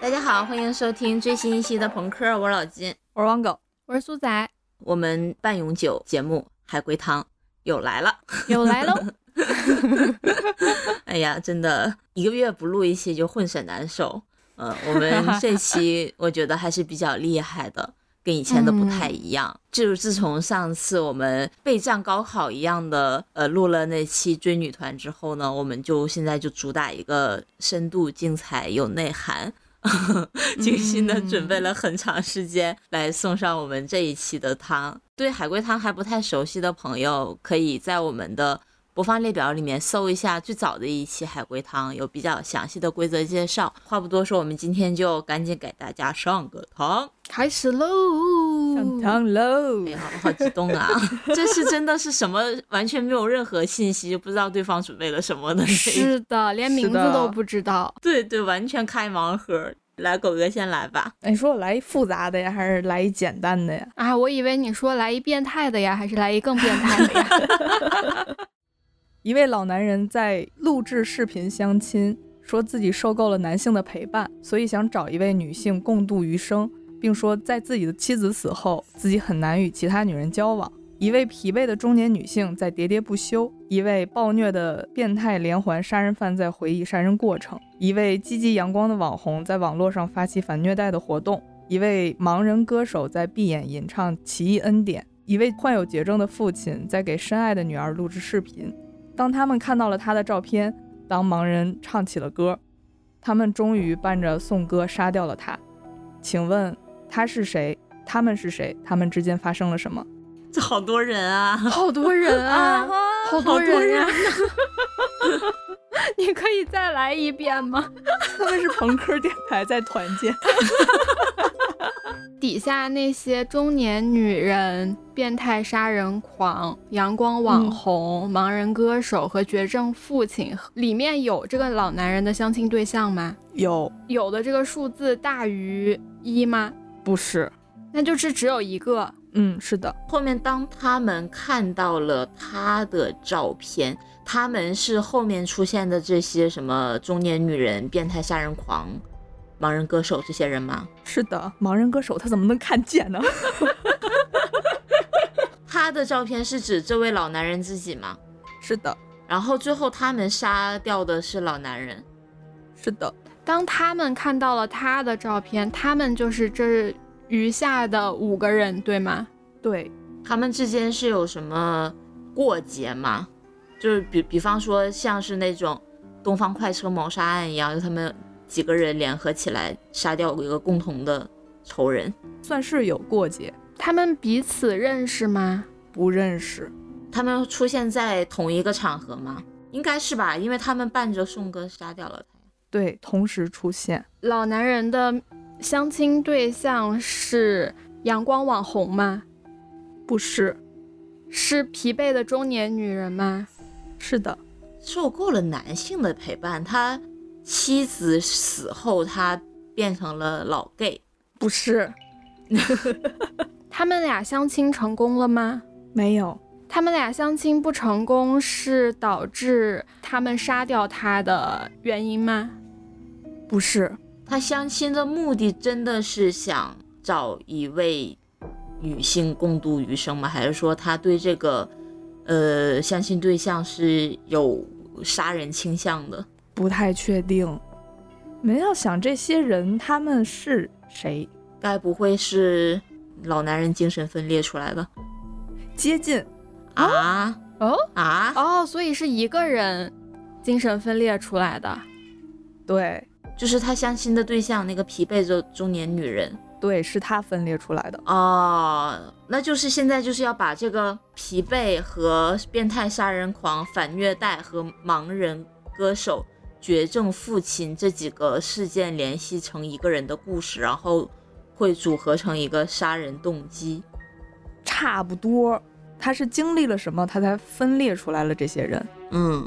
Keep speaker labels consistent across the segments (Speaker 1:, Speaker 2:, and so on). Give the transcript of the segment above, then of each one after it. Speaker 1: 大家好，欢迎收听最新一期的《朋克》，我是老金，
Speaker 2: 我是王狗，
Speaker 3: 我是苏仔。
Speaker 1: 我们半永久节目《海龟汤》又来了，
Speaker 3: 又来喽！
Speaker 1: 哎呀，真的一个月不录一期就浑身难受。嗯、呃，我们这期我觉得还是比较厉害的，跟以前的不太一样。嗯、就是自从上次我们备战高考一样的，呃，录了那期追女团之后呢，我们就现在就主打一个深度、精彩、有内涵。 嗯精心的准备了很长时间来送上我们这一期的汤。对海龟汤还不太熟悉的朋友，可以在我们的播放列表里面搜一下最早的一期海龟汤，有比较详细的规则介绍。话不多说，我们今天就赶紧给大家上个汤，
Speaker 3: 开始喽！
Speaker 2: 上 汤喽！
Speaker 1: 哎呀，我好激动啊！ 这是真的是什么完全没有任何信息，不知道对方准备了什么的。
Speaker 3: 是的，连名字都不知道。
Speaker 1: 对对，完全开盲盒。来，狗哥先来吧。
Speaker 2: 哎你说我来一复杂的呀，还是来一简单的呀？
Speaker 3: 啊，我以为你说来一变态的呀，还是来一更变态的呀？
Speaker 2: 一位老男人在录制视频相亲，说自己受够了男性的陪伴，所以想找一位女性共度余生，并说在自己的妻子死后，自己很难与其他女人交往。一位疲惫的中年女性在喋喋不休，一位暴虐的变态连环杀人犯在回忆杀人过程。一位积极阳光的网红在网络上发起反虐待的活动，一位盲人歌手在闭眼吟唱《奇异恩典》，一位患有绝症的父亲在给深爱的女儿录制视频。当他们看到了他的照片，当盲人唱起了歌，他们终于伴着颂歌杀掉了他。请问他是谁？他们是谁？他们之间发生了什么？
Speaker 1: 这好多人啊！
Speaker 3: 好多人 啊！好多人啊！ 你可以再来一遍吗？
Speaker 2: 他们是朋克电台在团建。
Speaker 3: 底下那些中年女人、变态杀人狂、阳光网红、嗯、盲人歌手和绝症父亲，里面有这个老男人的相亲对象吗？
Speaker 2: 有。
Speaker 3: 有的这个数字大于一吗？
Speaker 2: 不是，
Speaker 3: 那就是只有一个。
Speaker 2: 嗯，是的。
Speaker 1: 后面当他们看到了他的照片，他们是后面出现的这些什么中年女人、变态杀人狂、盲人歌手这些人吗？
Speaker 2: 是的，盲人歌手他怎么能看见呢？
Speaker 1: 他的照片是指这位老男人自己吗？
Speaker 2: 是的。
Speaker 1: 然后最后他们杀掉的是老男人。
Speaker 2: 是的。
Speaker 3: 当他们看到了他的照片，他们就是这。余下的五个人，对吗？
Speaker 2: 对，
Speaker 1: 他们之间是有什么过节吗？就是比比方说，像是那种《东方快车谋杀案》一样，就他们几个人联合起来杀掉一个共同的仇人，
Speaker 2: 算是有过节。
Speaker 3: 他们彼此认识吗？
Speaker 2: 不认识。
Speaker 1: 他们出现在同一个场合吗？应该是吧，因为他们伴着宋哥杀掉了他。
Speaker 2: 对，同时出现。
Speaker 3: 老男人的。相亲对象是阳光网红吗？
Speaker 2: 不是，
Speaker 3: 是疲惫的中年女人吗？
Speaker 2: 是的，
Speaker 1: 受够了男性的陪伴，他妻子死后，他变成了老 gay。
Speaker 2: 不是，
Speaker 3: 他们俩相亲成功了吗？
Speaker 2: 没有，
Speaker 3: 他们俩相亲不成功是导致他们杀掉他的原因吗？
Speaker 2: 不是。
Speaker 1: 他相亲的目的真的是想找一位女性共度余生吗？还是说他对这个呃相亲对象是有杀人倾向的？
Speaker 2: 不太确定。们要想这些人他们是谁？
Speaker 1: 该不会是老男人精神分裂出来的？
Speaker 2: 接近
Speaker 1: 啊
Speaker 3: 哦
Speaker 1: 啊
Speaker 3: 哦，所以是一个人精神分裂出来的，
Speaker 2: 对。
Speaker 1: 就是他相亲的对象，那个疲惫的中年女人，
Speaker 2: 对，是他分裂出来的
Speaker 1: 哦。那就是现在就是要把这个疲惫和变态杀人狂、反虐待和盲人歌手、绝症父亲这几个事件联系成一个人的故事，然后会组合成一个杀人动机，
Speaker 2: 差不多。他是经历了什么，他才分裂出来了这些人？
Speaker 1: 嗯。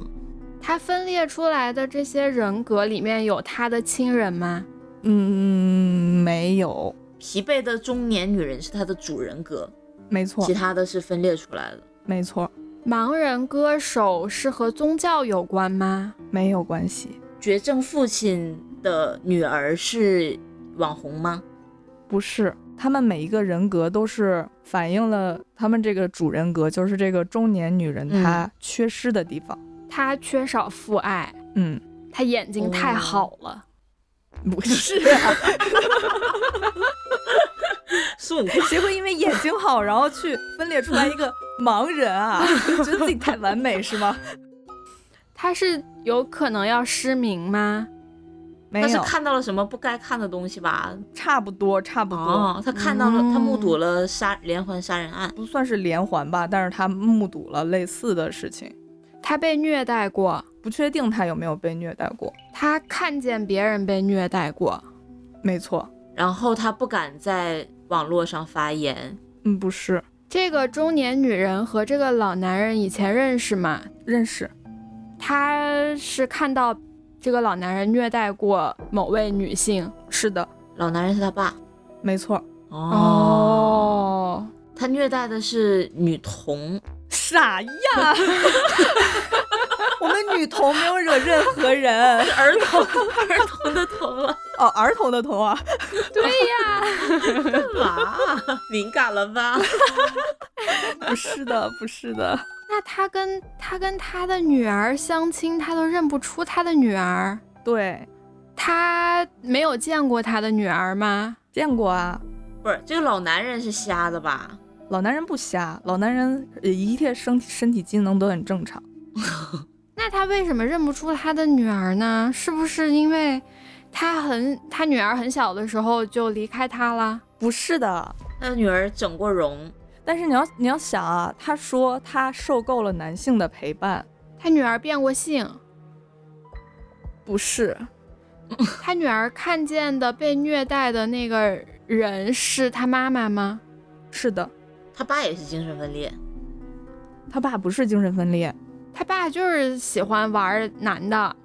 Speaker 3: 他分裂出来的这些人格里面有他的亲人吗？
Speaker 2: 嗯，没有。
Speaker 1: 疲惫的中年女人是她的主人格，
Speaker 2: 没错
Speaker 1: 其，他的是分裂出来的。
Speaker 2: 没错，
Speaker 3: 盲人歌手是和宗教有关吗？
Speaker 2: 没有关系，
Speaker 1: 绝症父亲的女儿是网红 吗？
Speaker 2: 不是，他们每一个人格都是反映了他们这个主人格，就是这个中年女人
Speaker 1: 嗯
Speaker 2: 她缺失的地方。
Speaker 3: 他缺少父爱，
Speaker 2: 嗯，
Speaker 3: 他眼睛太好了。
Speaker 2: 不 是，
Speaker 1: 孙悟空
Speaker 2: 谁会因为眼睛好，然后去分裂出来一个盲人啊？ 觉得自己太完美是吗？
Speaker 3: 他是有可能要失明吗？
Speaker 2: 没
Speaker 1: 他是
Speaker 2: 有，
Speaker 1: 看到了什么不该看的东西吧？
Speaker 2: 差不多，差不多。
Speaker 1: 哦，他看到了，他目
Speaker 3: 嗯
Speaker 1: 睹了杀连环杀人案。
Speaker 2: 不算是连环吧，但是他目睹了类似的事情，
Speaker 3: 他被虐待过，
Speaker 2: 不确定他有没有被虐待过。
Speaker 3: 他看见别人被虐待过，
Speaker 2: 没错，
Speaker 1: 然后他不敢在网络上发言，
Speaker 2: 嗯，不是
Speaker 3: 这个中年女人和这个老男人以前认识吗？
Speaker 2: 认识，
Speaker 3: 她是看到这个老男人虐待过某位女性。
Speaker 2: 是的，
Speaker 1: 老男人是他爸。
Speaker 2: 没错，
Speaker 3: 哦
Speaker 1: 哦，他虐待的是女童，
Speaker 2: 傻呀， 我们女童没有惹任何 人，
Speaker 1: 儿童儿童的童了，
Speaker 2: 哦，儿童的童啊，
Speaker 3: 对呀，
Speaker 1: 干嘛？ 敏感了吧？
Speaker 2: 不是的，不是的，
Speaker 3: 那他跟他跟他的女儿相亲，他都认不出他的女儿，
Speaker 2: 对，
Speaker 3: 他没有见过他的女儿吗？
Speaker 2: 见过啊，
Speaker 1: 不是，这个老男人是瞎的吧？
Speaker 2: 老男人不瞎，老男人呃一切身体身体机能都很正常，
Speaker 3: 那他为什么认不出他的女儿呢？是不是因为他很他女儿很小的时候就离开他了？
Speaker 2: 不是的。
Speaker 1: 他的女儿整过容，
Speaker 2: 但是你要你要想啊，他说他受够了男性的陪伴，
Speaker 3: 他女儿变过性，
Speaker 2: 不是，
Speaker 3: 他女儿看见的被虐待的那个人是他妈妈吗？
Speaker 2: 是的，
Speaker 1: 他爸也是精神分裂。
Speaker 2: 他爸不是精神分裂，
Speaker 3: 他爸就是喜欢玩男的，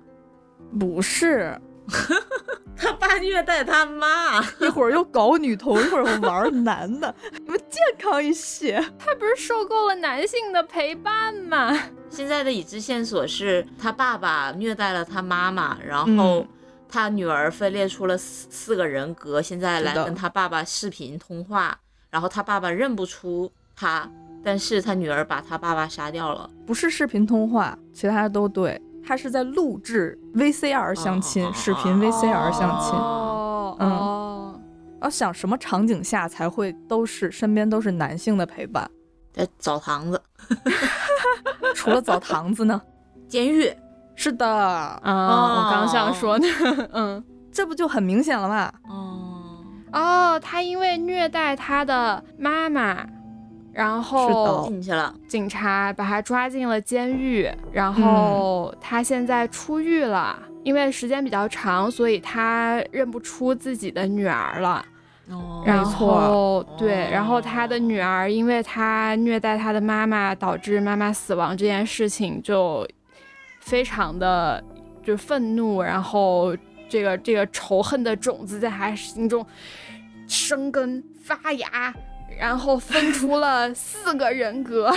Speaker 2: 不是，
Speaker 1: 他爸虐待他妈，
Speaker 2: 一会儿又搞女童，一会儿又玩男的， 你们健康一些。
Speaker 3: 他不是受够了男性的陪伴吗？
Speaker 1: 现在的已知线索是他爸爸虐待了他妈妈，然后
Speaker 2: 嗯
Speaker 1: 他女儿分裂出了四四个人格，现在来
Speaker 2: 是的
Speaker 1: 跟他爸爸视频通话，然后他爸爸认不出他，但是他女儿把他爸爸杀掉了。
Speaker 2: 不是视频通话，其他都对，啊他是在录制 VCR 相亲，
Speaker 1: 哦
Speaker 2: 视频 VCR 相亲。
Speaker 3: 哦
Speaker 2: 嗯
Speaker 3: 哦，
Speaker 2: 要想什么场景下才会都是身边都是男性的陪伴，
Speaker 1: 在澡堂子、
Speaker 2: 除了澡堂子呢？
Speaker 1: 监狱，
Speaker 2: 是的，
Speaker 3: 啊我刚想说呢，嗯。
Speaker 2: 这不就很明显了吗？
Speaker 1: 哦，
Speaker 3: 哦，他因为虐待他的妈妈，然后
Speaker 1: 进去了。
Speaker 3: 警察把他抓进了监狱，然后他现在出狱了。因为时间比较长，所以他认不出自己的女儿了。
Speaker 1: 哦
Speaker 3: 然
Speaker 2: 没错
Speaker 3: 后对
Speaker 1: 哦，
Speaker 3: 然后他的女儿因为他虐待他的妈妈，导致妈妈死亡这件事情，就非常的就愤怒，然后这个这个仇恨的种子在他心中生根发芽，然后分出了四个人 格，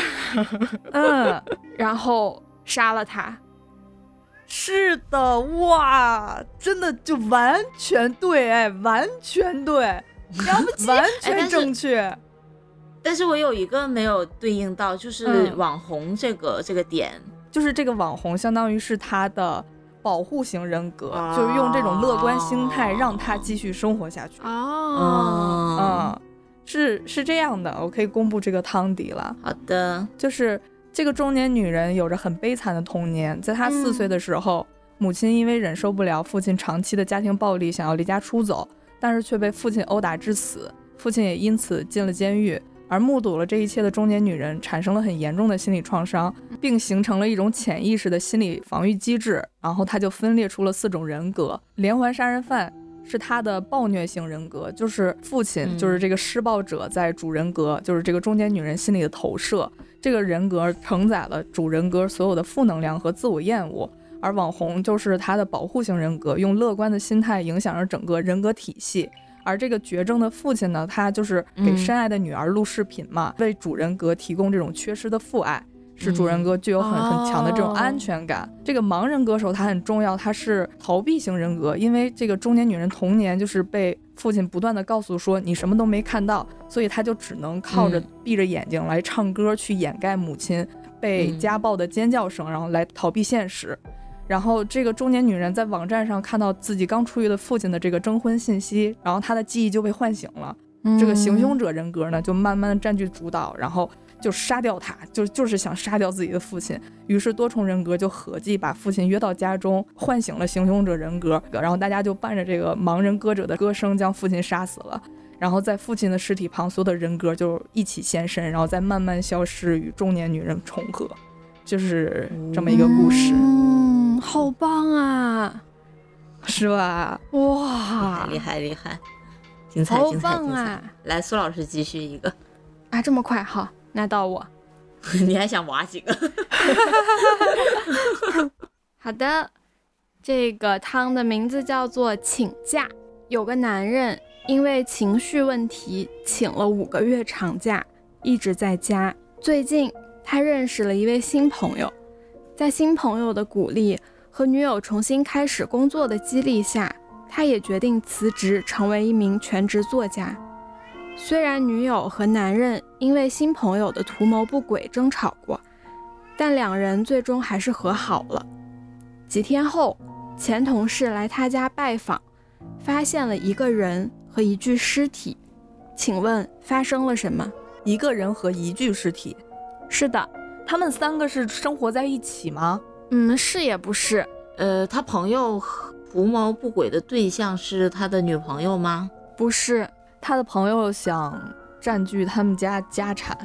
Speaker 2: 嗯，
Speaker 3: 然后杀了他。
Speaker 2: 是的，哇，真的就完全对，哎，完全对， 了不起，完
Speaker 1: 但
Speaker 2: 全
Speaker 1: 是
Speaker 2: 正确。
Speaker 1: 但是我有一个没有对应到，就是
Speaker 2: 嗯
Speaker 1: 网红这个、这个点，
Speaker 2: 就是这个网红，相当于是他的保护型人格，就是用这种乐观心态让他继续生活下去。
Speaker 3: 哦，
Speaker 2: 嗯，是是这样的，我可以公布这个汤底了，
Speaker 1: 好的，
Speaker 2: 就是这个中年女人有着很悲惨的童年，在她
Speaker 3: 嗯
Speaker 2: 四岁的时候，母亲因为忍受不了父亲长期的家庭暴力，想要离家出走，但是却被父亲殴打致死，父亲也因此进了监狱。而目睹了这一切的中年女人产生了很严重的心理创伤，并形成了一种潜意识的心理防御机制，然后她就分裂出了四种人格。连环杀人犯是她的暴虐型人格，就是父亲，
Speaker 1: 嗯
Speaker 2: 就是这个施暴者在主人格，就是这个中年女人心里的投射。这个人格承载了主人格所有的负能量和自我厌恶，而网红就是她的保护型人格，用乐观的心态影响着整个人格体系。而这个绝症的父亲呢，他就是给深爱的女儿录视频嘛，为主人格提供这种缺失的父爱，使主人格具有很、很强的这种安全感。这个盲人歌手他很重要，他是逃避型人格，因为这个中年女人童年就是被父亲不断的告诉说你什么都没看到，所以他就只能靠着
Speaker 1: 嗯
Speaker 2: 闭着眼睛来唱歌去掩盖母亲被
Speaker 1: 嗯
Speaker 2: 家暴的尖叫声，然后来逃避现实。然后这个中年女人在网站上看到自己刚出狱的父亲的这个征婚信息，然后她的记忆就被唤醒了。
Speaker 3: 嗯
Speaker 2: 这个行凶者人格呢，就慢慢的占据主导，然后就杀掉他，就就是想杀掉自己的父亲。于是多重人格就合计把父亲约到家中，唤醒了行凶者人格，然后大家就伴着这个盲人歌者的歌声将父亲杀死了。然后在父亲的尸体旁，所有的人格就一起现身，然后再慢慢消失，与中年女人重合，就是这么一个故事，
Speaker 3: 嗯，好棒啊！
Speaker 2: 是吧？
Speaker 3: 哇，
Speaker 1: 厉害厉害，精彩
Speaker 3: 啊好
Speaker 1: 精彩
Speaker 3: 棒
Speaker 1: 精彩！
Speaker 3: 啊！
Speaker 1: 来，苏老师继续一个，
Speaker 3: 啊，这么快，好，那到我。
Speaker 1: 你还想挖几个？
Speaker 3: 好的，这个汤的名字叫做请假。有个男人因为情绪问题请了五个月长假，一直在家。最近他认识了一位新朋友，在新朋友的鼓励和女友重新开始工作的激励下，他也决定辞职，成为一名全职作家。虽然女友和男人因为新朋友的图谋不轨争吵过，但两人最终还是和好了。几天后，前同事来他家拜访，发现了一个人和一具尸体。请问发生了什么？
Speaker 2: 一个人和一具尸体，
Speaker 3: 是的，
Speaker 2: 他们三个是生活在一起吗？
Speaker 3: 嗯，是也不是？
Speaker 1: 呃，他朋友图谋不轨的对象是他的女朋友吗？
Speaker 3: 不是，
Speaker 2: 他的朋友想占据他们家家产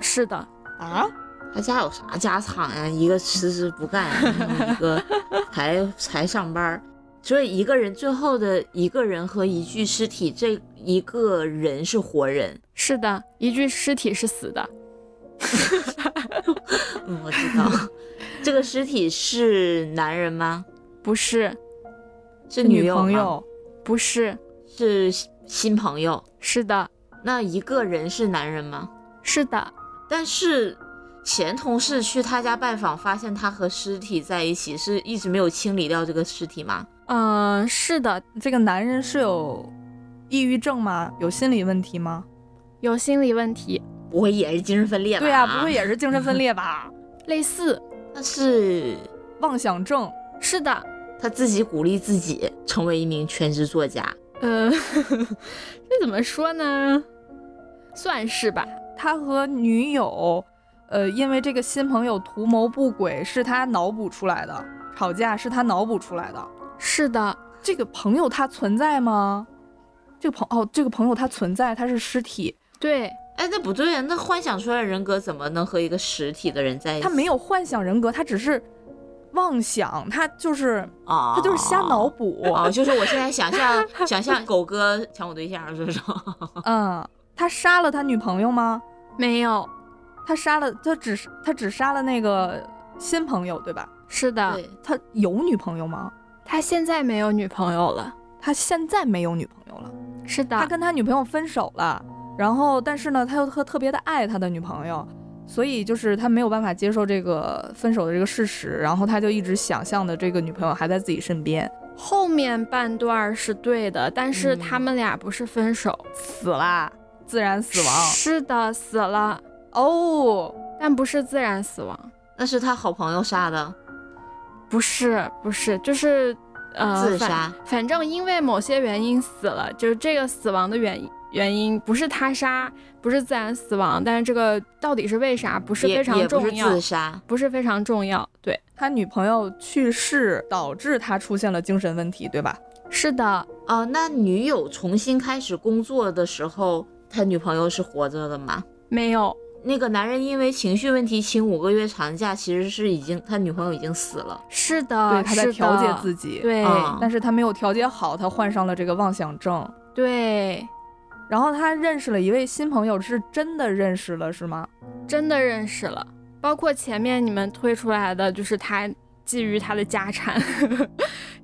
Speaker 3: 是的，
Speaker 2: 啊？
Speaker 1: 他家有啥家产呀、一个辞职不干， 然后一个才才上班儿，所以一个人最后的一个人和一具尸体，这一个人是活人。
Speaker 3: 是的，一具尸体是死的，
Speaker 1: 嗯，我知道， 这个尸体是男人吗？
Speaker 3: 不是，
Speaker 1: 是
Speaker 2: 女
Speaker 1: 友
Speaker 2: 朋
Speaker 1: 吗？
Speaker 2: 友
Speaker 3: 不是，
Speaker 1: 是新朋友。
Speaker 3: 是的，
Speaker 1: 那一个人是男人吗？
Speaker 3: 是的，
Speaker 1: 但是前同事去他家拜访，发现他和尸体在一起，是一直没有清理掉这个尸体吗？
Speaker 3: 嗯、是的，
Speaker 2: 这个男人是有抑郁症吗？有心理问题吗？
Speaker 3: 有心理问题，
Speaker 1: 不会也是精神分裂吧？
Speaker 2: 对啊，不会也是精神分裂 吧？
Speaker 3: 类似，
Speaker 1: 那是
Speaker 2: 妄想症，
Speaker 3: 是的，
Speaker 1: 他自己鼓励自己成为一名全职作家。
Speaker 3: 呃， 这怎么说呢？算是吧，
Speaker 2: 他和女友，呃，因为这个新朋友图谋不轨，是他脑补出来的，吵架是他脑补出来的。
Speaker 3: 是的，
Speaker 2: 这个朋友他存在吗？这个朋哦，这个朋友他存在，他是尸体，
Speaker 3: 对，
Speaker 1: 哎，那不对啊！那幻想出来的人格怎么能和一个实体的人在一起？
Speaker 2: 他没有幻想人格，他只是妄想，他就是
Speaker 1: 啊，
Speaker 2: 他就是瞎脑补，
Speaker 1: 哦，就是我现在想象 想象狗哥抢我对象，是不是？
Speaker 2: 嗯，他杀了他女朋友吗？
Speaker 3: 没有，
Speaker 2: 他杀了，他只是他只杀了那个新朋友，对吧？
Speaker 3: 是的，
Speaker 1: 对，
Speaker 2: 他有女朋友吗？
Speaker 3: 他现在没有女朋友了，
Speaker 2: 他现在没有女朋友了，
Speaker 3: 是啊的
Speaker 2: 他，跟他女朋友分手了，然后但是呢，他又特特别的爱他的女朋友，所以就是他没有办法接受这个分手的这个事实，然后他就一直想象的这个女朋友还在自己身边，
Speaker 3: 后面半段是对的，但是
Speaker 1: 嗯
Speaker 3: 他们俩不是分手，
Speaker 2: 死啦，自然嗯死亡
Speaker 3: 是的，死了，
Speaker 2: 哦，
Speaker 3: 但不是自然死亡，
Speaker 1: 那是他好朋友杀的，
Speaker 3: 不是，不是，就是呃，
Speaker 1: 自
Speaker 3: 反
Speaker 1: 杀。
Speaker 3: 反正因为某些原因死了，就是这个死亡的原因。原因不是他杀，不是自然死亡，但是这个到底是为啥，不是
Speaker 1: 也
Speaker 3: 非常
Speaker 1: 也不
Speaker 3: 重
Speaker 1: 是
Speaker 3: 要，
Speaker 1: 自杀，
Speaker 3: 不是非常重要。对，
Speaker 2: 他女朋友去世导致他出现了精神问题，对吧？
Speaker 3: 是的，
Speaker 1: 哦，那女友重新开始工作的时候，他女朋友是活着的吗？
Speaker 3: 没有，
Speaker 1: 那个男人因为情绪问题请五个月长假，其实是已经他女朋友已经死了。
Speaker 3: 是的，
Speaker 2: 对，他在
Speaker 3: 啊是
Speaker 2: 调节
Speaker 3: 的
Speaker 2: 自己，
Speaker 3: 对、
Speaker 1: 啊
Speaker 2: 但是他没有调节好，他患上了这个妄想症。
Speaker 3: 对，
Speaker 2: 然后他认识了一位新朋友，是真的认识了是吗？
Speaker 3: 真的认识了。包括前面你们推出来的，就是他觊觎他 的 家产，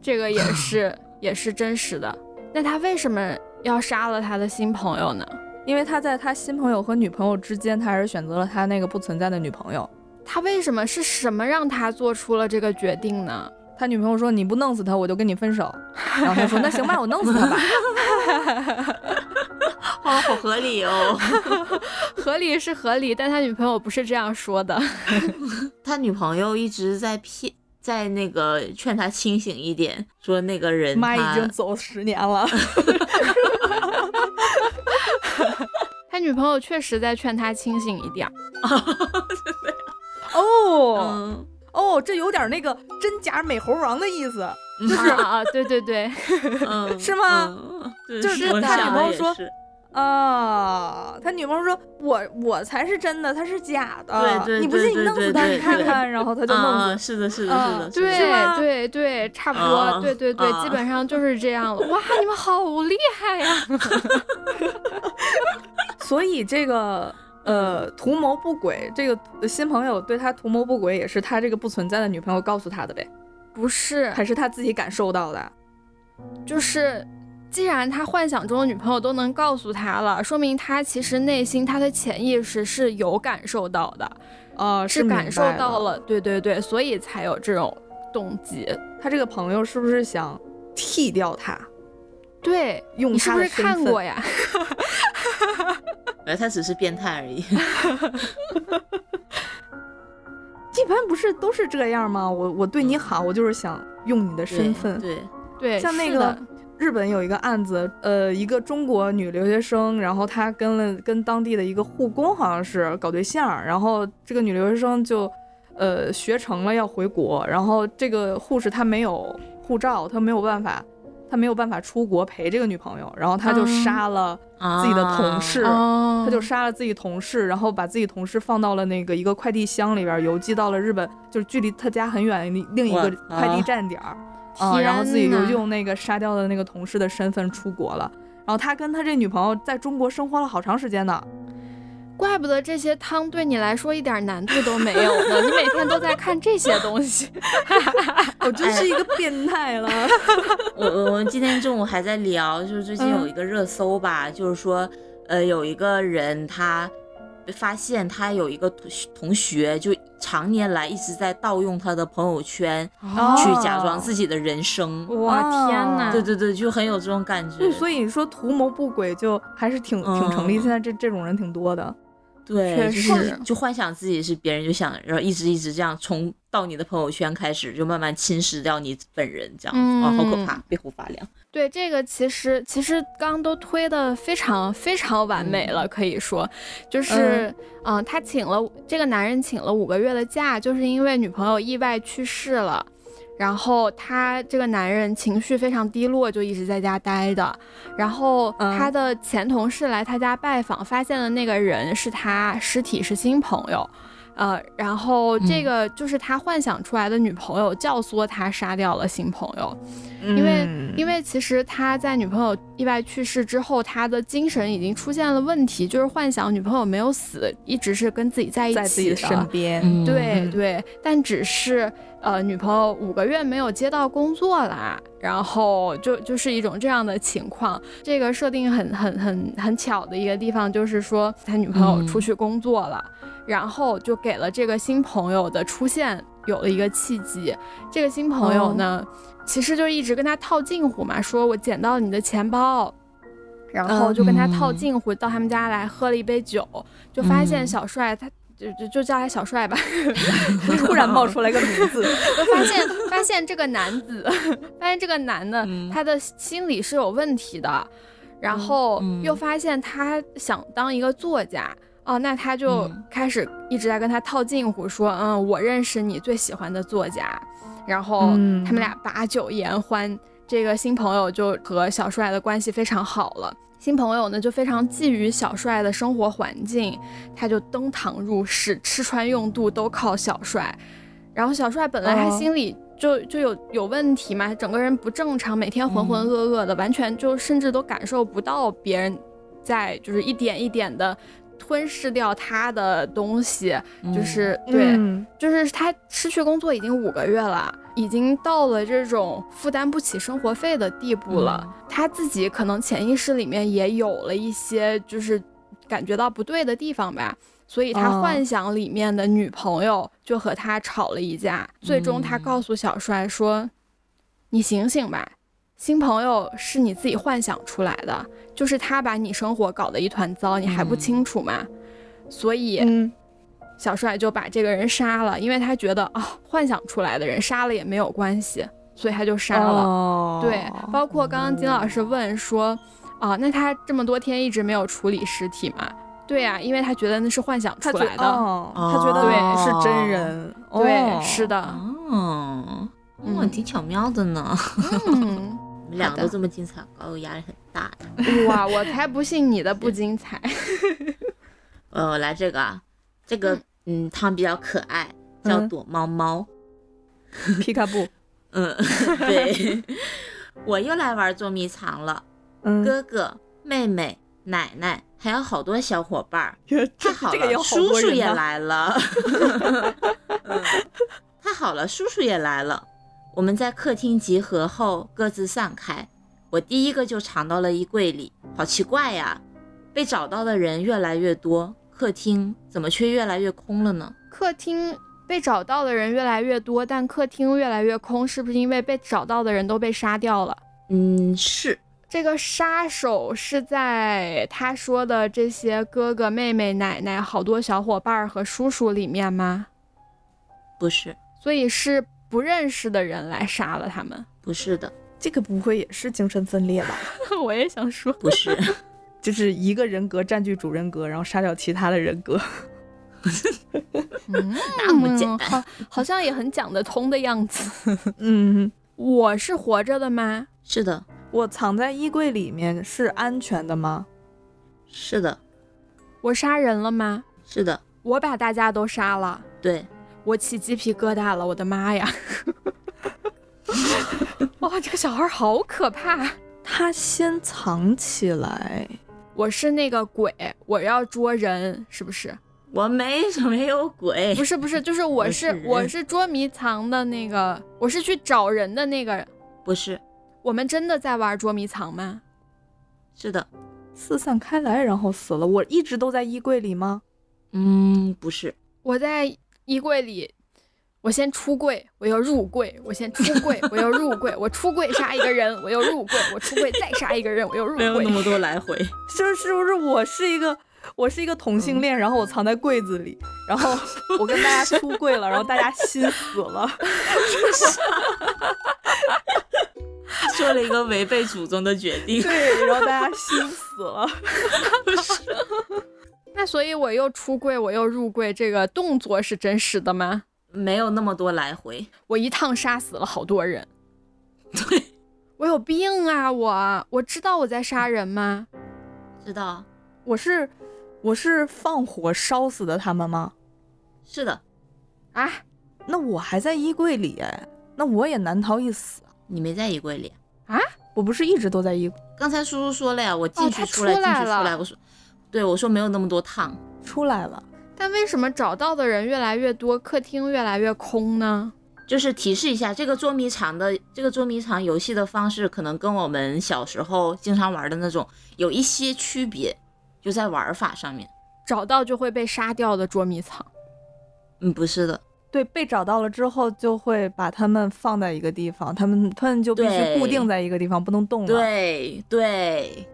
Speaker 3: 这个也是也是真实的。那他为什么要杀了他的新朋友呢？
Speaker 2: 因为他在他新朋友和女朋友之间，他还是选择了他那个不存在的女朋友。
Speaker 3: 他为什么是什么让他做出了这个决定呢？
Speaker 2: 他女朋友说：“你不弄死他，我就跟你分手。”然后他说：“那行吧，我弄死他 吧。
Speaker 1: 哦，好合理哦。
Speaker 3: 合理是合理，但他女朋友不是这样说的。
Speaker 1: 他女朋友一直在骗，在那个劝他清醒一点，说那个”人
Speaker 2: 妈
Speaker 1: 他
Speaker 2: 已经走十年了，
Speaker 3: 他女朋友确实在劝他清醒一点儿。
Speaker 2: 哦
Speaker 1: 嗯，
Speaker 2: 哦，这有点那个真假美猴王的意思。
Speaker 1: 就是
Speaker 3: 啊啊，对对对，
Speaker 1: 嗯
Speaker 2: 是吗
Speaker 1: 嗯
Speaker 2: 就是
Speaker 1: 是
Speaker 3: 他
Speaker 1: 我
Speaker 3: 他
Speaker 1: 想
Speaker 3: 女
Speaker 1: 的
Speaker 2: 朋友
Speaker 1: 也
Speaker 2: 说
Speaker 1: 是
Speaker 2: 啊，他女朋友说：“我我才是真的，他是假的。
Speaker 1: 对对
Speaker 2: 你不信
Speaker 1: 对
Speaker 2: 你弄死
Speaker 1: 对
Speaker 2: 他，
Speaker 1: 对
Speaker 2: 你看
Speaker 1: 对
Speaker 2: 看。”然后他就弄
Speaker 1: 啊，
Speaker 3: 嗯
Speaker 2: 死。
Speaker 1: 啊是的， 是
Speaker 2: 啊
Speaker 1: 的，是的，是的
Speaker 2: 是吗
Speaker 3: 对对对，差不多，
Speaker 1: 啊
Speaker 3: 对对对，
Speaker 1: 啊
Speaker 3: 基本上就是这样了。哇，你们好厉害呀！嗯
Speaker 2: 所以这个呃图谋不轨，这个新朋友对他图谋不轨，也是他这个不存在的女朋友告诉他的呗，
Speaker 3: 不是，
Speaker 2: 还是他自己感受到的？
Speaker 3: 就是，既然他幻想中的女朋友都能告诉他了，说明他其实内心他的潜意识是有感受到的，
Speaker 2: 哦，
Speaker 3: 是感受到
Speaker 2: 了。
Speaker 3: 了，对对对，所以才有这种动机。
Speaker 2: 他这个朋友是不是想剃掉他，
Speaker 3: 对，
Speaker 2: 用
Speaker 3: 你是
Speaker 2: 他
Speaker 3: 不
Speaker 2: 的
Speaker 3: 是看
Speaker 2: 身份
Speaker 3: 过呀？
Speaker 1: 没有他只是变态而已。
Speaker 2: 一般不是都是这样吗？我我对你好，我就是想用你的
Speaker 1: 对
Speaker 2: 身份。
Speaker 1: 对，
Speaker 3: 对，
Speaker 2: 像那
Speaker 3: 是
Speaker 2: 个
Speaker 3: 的
Speaker 2: 日本有一个案子，呃，一个中国女留学生，然后她跟了跟当地的一个护工好像是搞对象，然后这个女留学生就，呃，学成了要回国，然后这个护士她没有护照，她没有办法，她没有办法出国陪这个女朋友，然后她就
Speaker 3: 嗯
Speaker 2: 杀了，
Speaker 1: 啊
Speaker 2: 自己的同事是
Speaker 3: 哦，
Speaker 2: 她就杀了自己同事，然后把自己同事放到了那个一个快递箱里边，邮寄到了日本，就是距离她家很远的另一
Speaker 1: 我
Speaker 2: 个快递
Speaker 1: 啊
Speaker 2: 站点儿。啊，
Speaker 3: 天
Speaker 2: 然后自己就
Speaker 3: 呐
Speaker 2: 用那个杀掉的那个同事的身份出国了。然后他跟他这女朋友在中国生活了好长时间呢。
Speaker 3: 怪不得这些汤对你来说一点难度都没有呢，你每天都在看这些东西。
Speaker 2: 我真是一个变态了。
Speaker 3: 哎
Speaker 1: 我我们今天中午还在聊，就是最近
Speaker 3: 嗯
Speaker 1: 有一个热搜吧，就是说，呃，有一个人他被发现他有一个同同学，就常年来一直在盗用他的朋友圈
Speaker 2: 哦
Speaker 1: 去假装自己的人生。
Speaker 3: 哇天呐！
Speaker 1: 哦对对对，就很有这种感觉。
Speaker 2: 对，所以说图谋不轨就还是挺挺成立。
Speaker 1: 嗯
Speaker 2: 现在这这种人挺多的。
Speaker 1: 对，
Speaker 3: 确
Speaker 1: 就是
Speaker 3: 实
Speaker 1: 就幻想自己是别人，就想然后一直一直这样从到你的朋友圈开始，就慢慢侵蚀掉你本人，这样子啊、好
Speaker 3: 嗯
Speaker 1: 可怕，背后发凉。
Speaker 3: 对这个其实其实刚刚都推的非常非常完美了，可以说就是嗯、呃他请了这个男人请了五个月的假，就是因为女朋友意外去世了。然后他这个男人情绪非常低落，就一直在家待着。然后
Speaker 2: 嗯
Speaker 3: 他的前同事来他家拜访，发现了那个人是他尸体，是新朋友。呃，然后这
Speaker 1: 嗯
Speaker 3: 个就是他幻想出来的女朋友教唆他杀掉了新朋友。因为、因
Speaker 2: 为
Speaker 3: 为其实他在女朋友意外去世之后，他的精神已经出现了问题，就是幻想女朋友没有死，一直是跟自己在一起
Speaker 2: 在自己的身边，
Speaker 1: 嗯
Speaker 3: 对
Speaker 2: 嗯
Speaker 3: 对，但只是呃，女朋友五个月没有接到工作啦，然后就就是一种这样的情况。这个设定很很很很巧的一个地方，就是说他女朋友
Speaker 1: 嗯
Speaker 3: 出去工作了，然后就给了这个新朋友的出现有了一个契机。这个新朋
Speaker 1: 哦
Speaker 3: 友呢，其实就一直跟他套近乎嘛，说我捡到你的钱包。然后就跟他套
Speaker 1: 嗯
Speaker 3: 近乎，到他们家来喝了一杯酒，就发现
Speaker 1: 嗯
Speaker 3: 小帅他就就就叫他小帅吧，
Speaker 2: 突然冒出来个名字，
Speaker 3: 就发现 发现这个男子， 发现这个男的、
Speaker 1: 嗯
Speaker 3: 他的心理是有问题的，然后
Speaker 1: 嗯
Speaker 3: 又发现他想当一个作家。哦，那他就
Speaker 1: 嗯
Speaker 3: 开始一直在跟他套近乎，说，嗯，我认识你最喜欢的作家，然后
Speaker 2: 嗯
Speaker 3: 他们俩把酒言欢，这个新朋友就和小帅的关系非常好了。新朋友呢就非常觊觎小帅的生活环境，他就登堂入室，吃穿用度都靠小帅。然后小帅本来他
Speaker 2: 哦
Speaker 3: 心里就、就有有问题嘛，整个人不正常，每天浑浑
Speaker 1: 嗯
Speaker 3: 噩噩的，完全就甚至都感受不到别人在就是一点一点的吞噬掉他的东西，
Speaker 1: 嗯
Speaker 3: 就是对，
Speaker 2: 嗯
Speaker 3: 就是他失去工作已经五个月了，已经到了这种负担不起生活费的地步了。他自己可能潜意识里面也有了一些，就是感觉到不对的地方吧。所以他
Speaker 2: 哦
Speaker 3: 幻想里面的女朋友就和他吵了一架，最终他
Speaker 1: 嗯
Speaker 3: 告诉小帅说：“你醒醒吧，新朋友是你自己幻想出来的，就是他把你生活搞得一团糟，你还不
Speaker 1: 嗯
Speaker 3: 清楚吗？”所以，
Speaker 2: 嗯
Speaker 3: 小帅就把这个人杀了，因为他觉得啊、幻想出来的人杀了也没有关系，所以他就杀了。
Speaker 2: 哦
Speaker 3: 对，包括刚刚金老师问说，啊、那他这么多天一直没有处理尸体吗？对呀、因为他觉得那是幻想
Speaker 2: 他
Speaker 3: 出
Speaker 2: 觉
Speaker 3: 来
Speaker 2: 得，
Speaker 3: 的。
Speaker 2: 哦他觉
Speaker 1: 对
Speaker 2: 得是真人，
Speaker 3: 对，
Speaker 2: 哦
Speaker 3: 是 的，
Speaker 1: 嗯哦，哦，
Speaker 3: 嗯
Speaker 1: 挺巧妙的呢。
Speaker 3: 嗯，
Speaker 1: 我们两
Speaker 3: 好
Speaker 1: 个
Speaker 3: 的
Speaker 1: 都这么精彩，搞得我压力很大呀。
Speaker 3: 哇，我才不信你的不精彩。
Speaker 1: 呃，我来这个啊，这个嗯，它比较可爱，叫
Speaker 2: 嗯
Speaker 1: 躲猫猫。
Speaker 2: 皮卡布，
Speaker 1: 嗯， 对，我又来玩捉迷藏了。
Speaker 2: 嗯，
Speaker 1: 哥哥、妹妹、奶奶，还有好多小伙伴儿。
Speaker 2: 这
Speaker 1: 太好
Speaker 2: 这个
Speaker 1: 了，
Speaker 2: 有好
Speaker 1: 叔
Speaker 2: 多
Speaker 1: 叔
Speaker 2: 人
Speaker 1: 也
Speaker 2: 呢，
Speaker 1: 来了。嗯太好了，叔叔也来了。我们在客厅集合后各自散开。我第一个就藏到了衣柜里，好奇怪呀！被找到的人越来越多，客厅怎么却越来越空了呢？
Speaker 3: 客厅被找到的人越来越多，但客厅越来越空，是不是因为被找到的人都被杀掉了？
Speaker 1: 嗯，是，
Speaker 3: 这个杀手是在他说的这些哥哥、妹妹、奶奶、好多小伙伴儿和叔叔里面吗？
Speaker 1: 不是，
Speaker 3: 所以是不认识的人来杀了他们。
Speaker 1: 不是的，
Speaker 2: 这个不会也是精神分裂吧？
Speaker 3: 我也想说，
Speaker 1: 不是，
Speaker 2: 就是一个人格占据主人格，然后杀掉其他的人格。
Speaker 3: 嗯，
Speaker 1: 那么简单。
Speaker 3: 好，好像也很讲得通的样子。
Speaker 2: 嗯，
Speaker 3: 我是活着的吗？
Speaker 1: 是的，
Speaker 2: 我藏在衣柜里面是安全的吗？
Speaker 1: 是的，
Speaker 3: 我杀人了吗？
Speaker 1: 是的，
Speaker 3: 我把大家都杀了，
Speaker 1: 对，
Speaker 3: 我起鸡皮疙瘩了，我的妈呀！ 哇，这个小孩好可怕。
Speaker 2: 他先藏起来，
Speaker 3: 我是那个鬼，我要捉人，是不是？
Speaker 1: 我没没有鬼，
Speaker 3: 不是不是，就是我
Speaker 1: 哎我
Speaker 3: 是
Speaker 1: 是
Speaker 3: 我
Speaker 1: 人
Speaker 3: 是捉迷藏的那个，我是去找人的那个。
Speaker 1: 不是，
Speaker 3: 我们真的在玩捉迷藏吗？
Speaker 1: 是的，
Speaker 2: 四散开来，然后死了。我一直都在衣柜里吗？
Speaker 1: 嗯，不是，
Speaker 3: 我在衣柜里，我先出柜，我又入柜，我先出柜，我又入柜，我出柜杀一个人，我又入柜，我出柜再杀一个人，我又入
Speaker 1: 没有那
Speaker 3: 柜。
Speaker 1: 么多来回。
Speaker 2: 就是是不是我是一个我是一个同性恋，然后我藏在柜子里，然后我跟大家出柜了，然后大家心死 了。
Speaker 1: 做了一个违背祖宗的决定。
Speaker 2: 对，然后大家心死了。
Speaker 3: 那所以我又出柜，我又入柜，这个动作是真实的吗？
Speaker 1: 没有那么多来回，
Speaker 3: 我一趟杀死了好多人。对，我有病啊！我我知道我在杀人吗？
Speaker 1: 知道？
Speaker 2: 我是我是放火烧死的他们吗？
Speaker 1: 是的，
Speaker 3: 啊，
Speaker 2: 那我还在衣柜里哎，那我也难逃一死。
Speaker 1: 你没在衣柜里。
Speaker 2: 我不是一直都在衣
Speaker 1: 刚才叔叔说了呀，我进去
Speaker 3: 哦他
Speaker 1: 出来，
Speaker 3: 出来
Speaker 1: 进去出来。
Speaker 3: 了
Speaker 1: 我说，对，我说没有那么多趟，
Speaker 2: 出来了？
Speaker 3: 但为什么找到的人越来越多，客厅越来越空呢？
Speaker 1: 就是提示一下，这个捉迷藏的这个捉迷藏游戏的方式，可能跟我们小时候经常玩的那种有一些区别，就在玩法上面。
Speaker 3: 找到就会被杀掉的捉迷藏，
Speaker 1: 嗯，不是的，
Speaker 2: 对，被找到了之后就会把他们放在一个地方，他们他们就必须
Speaker 1: 对
Speaker 2: 固定在一个地方，不能动了。，
Speaker 1: 对对，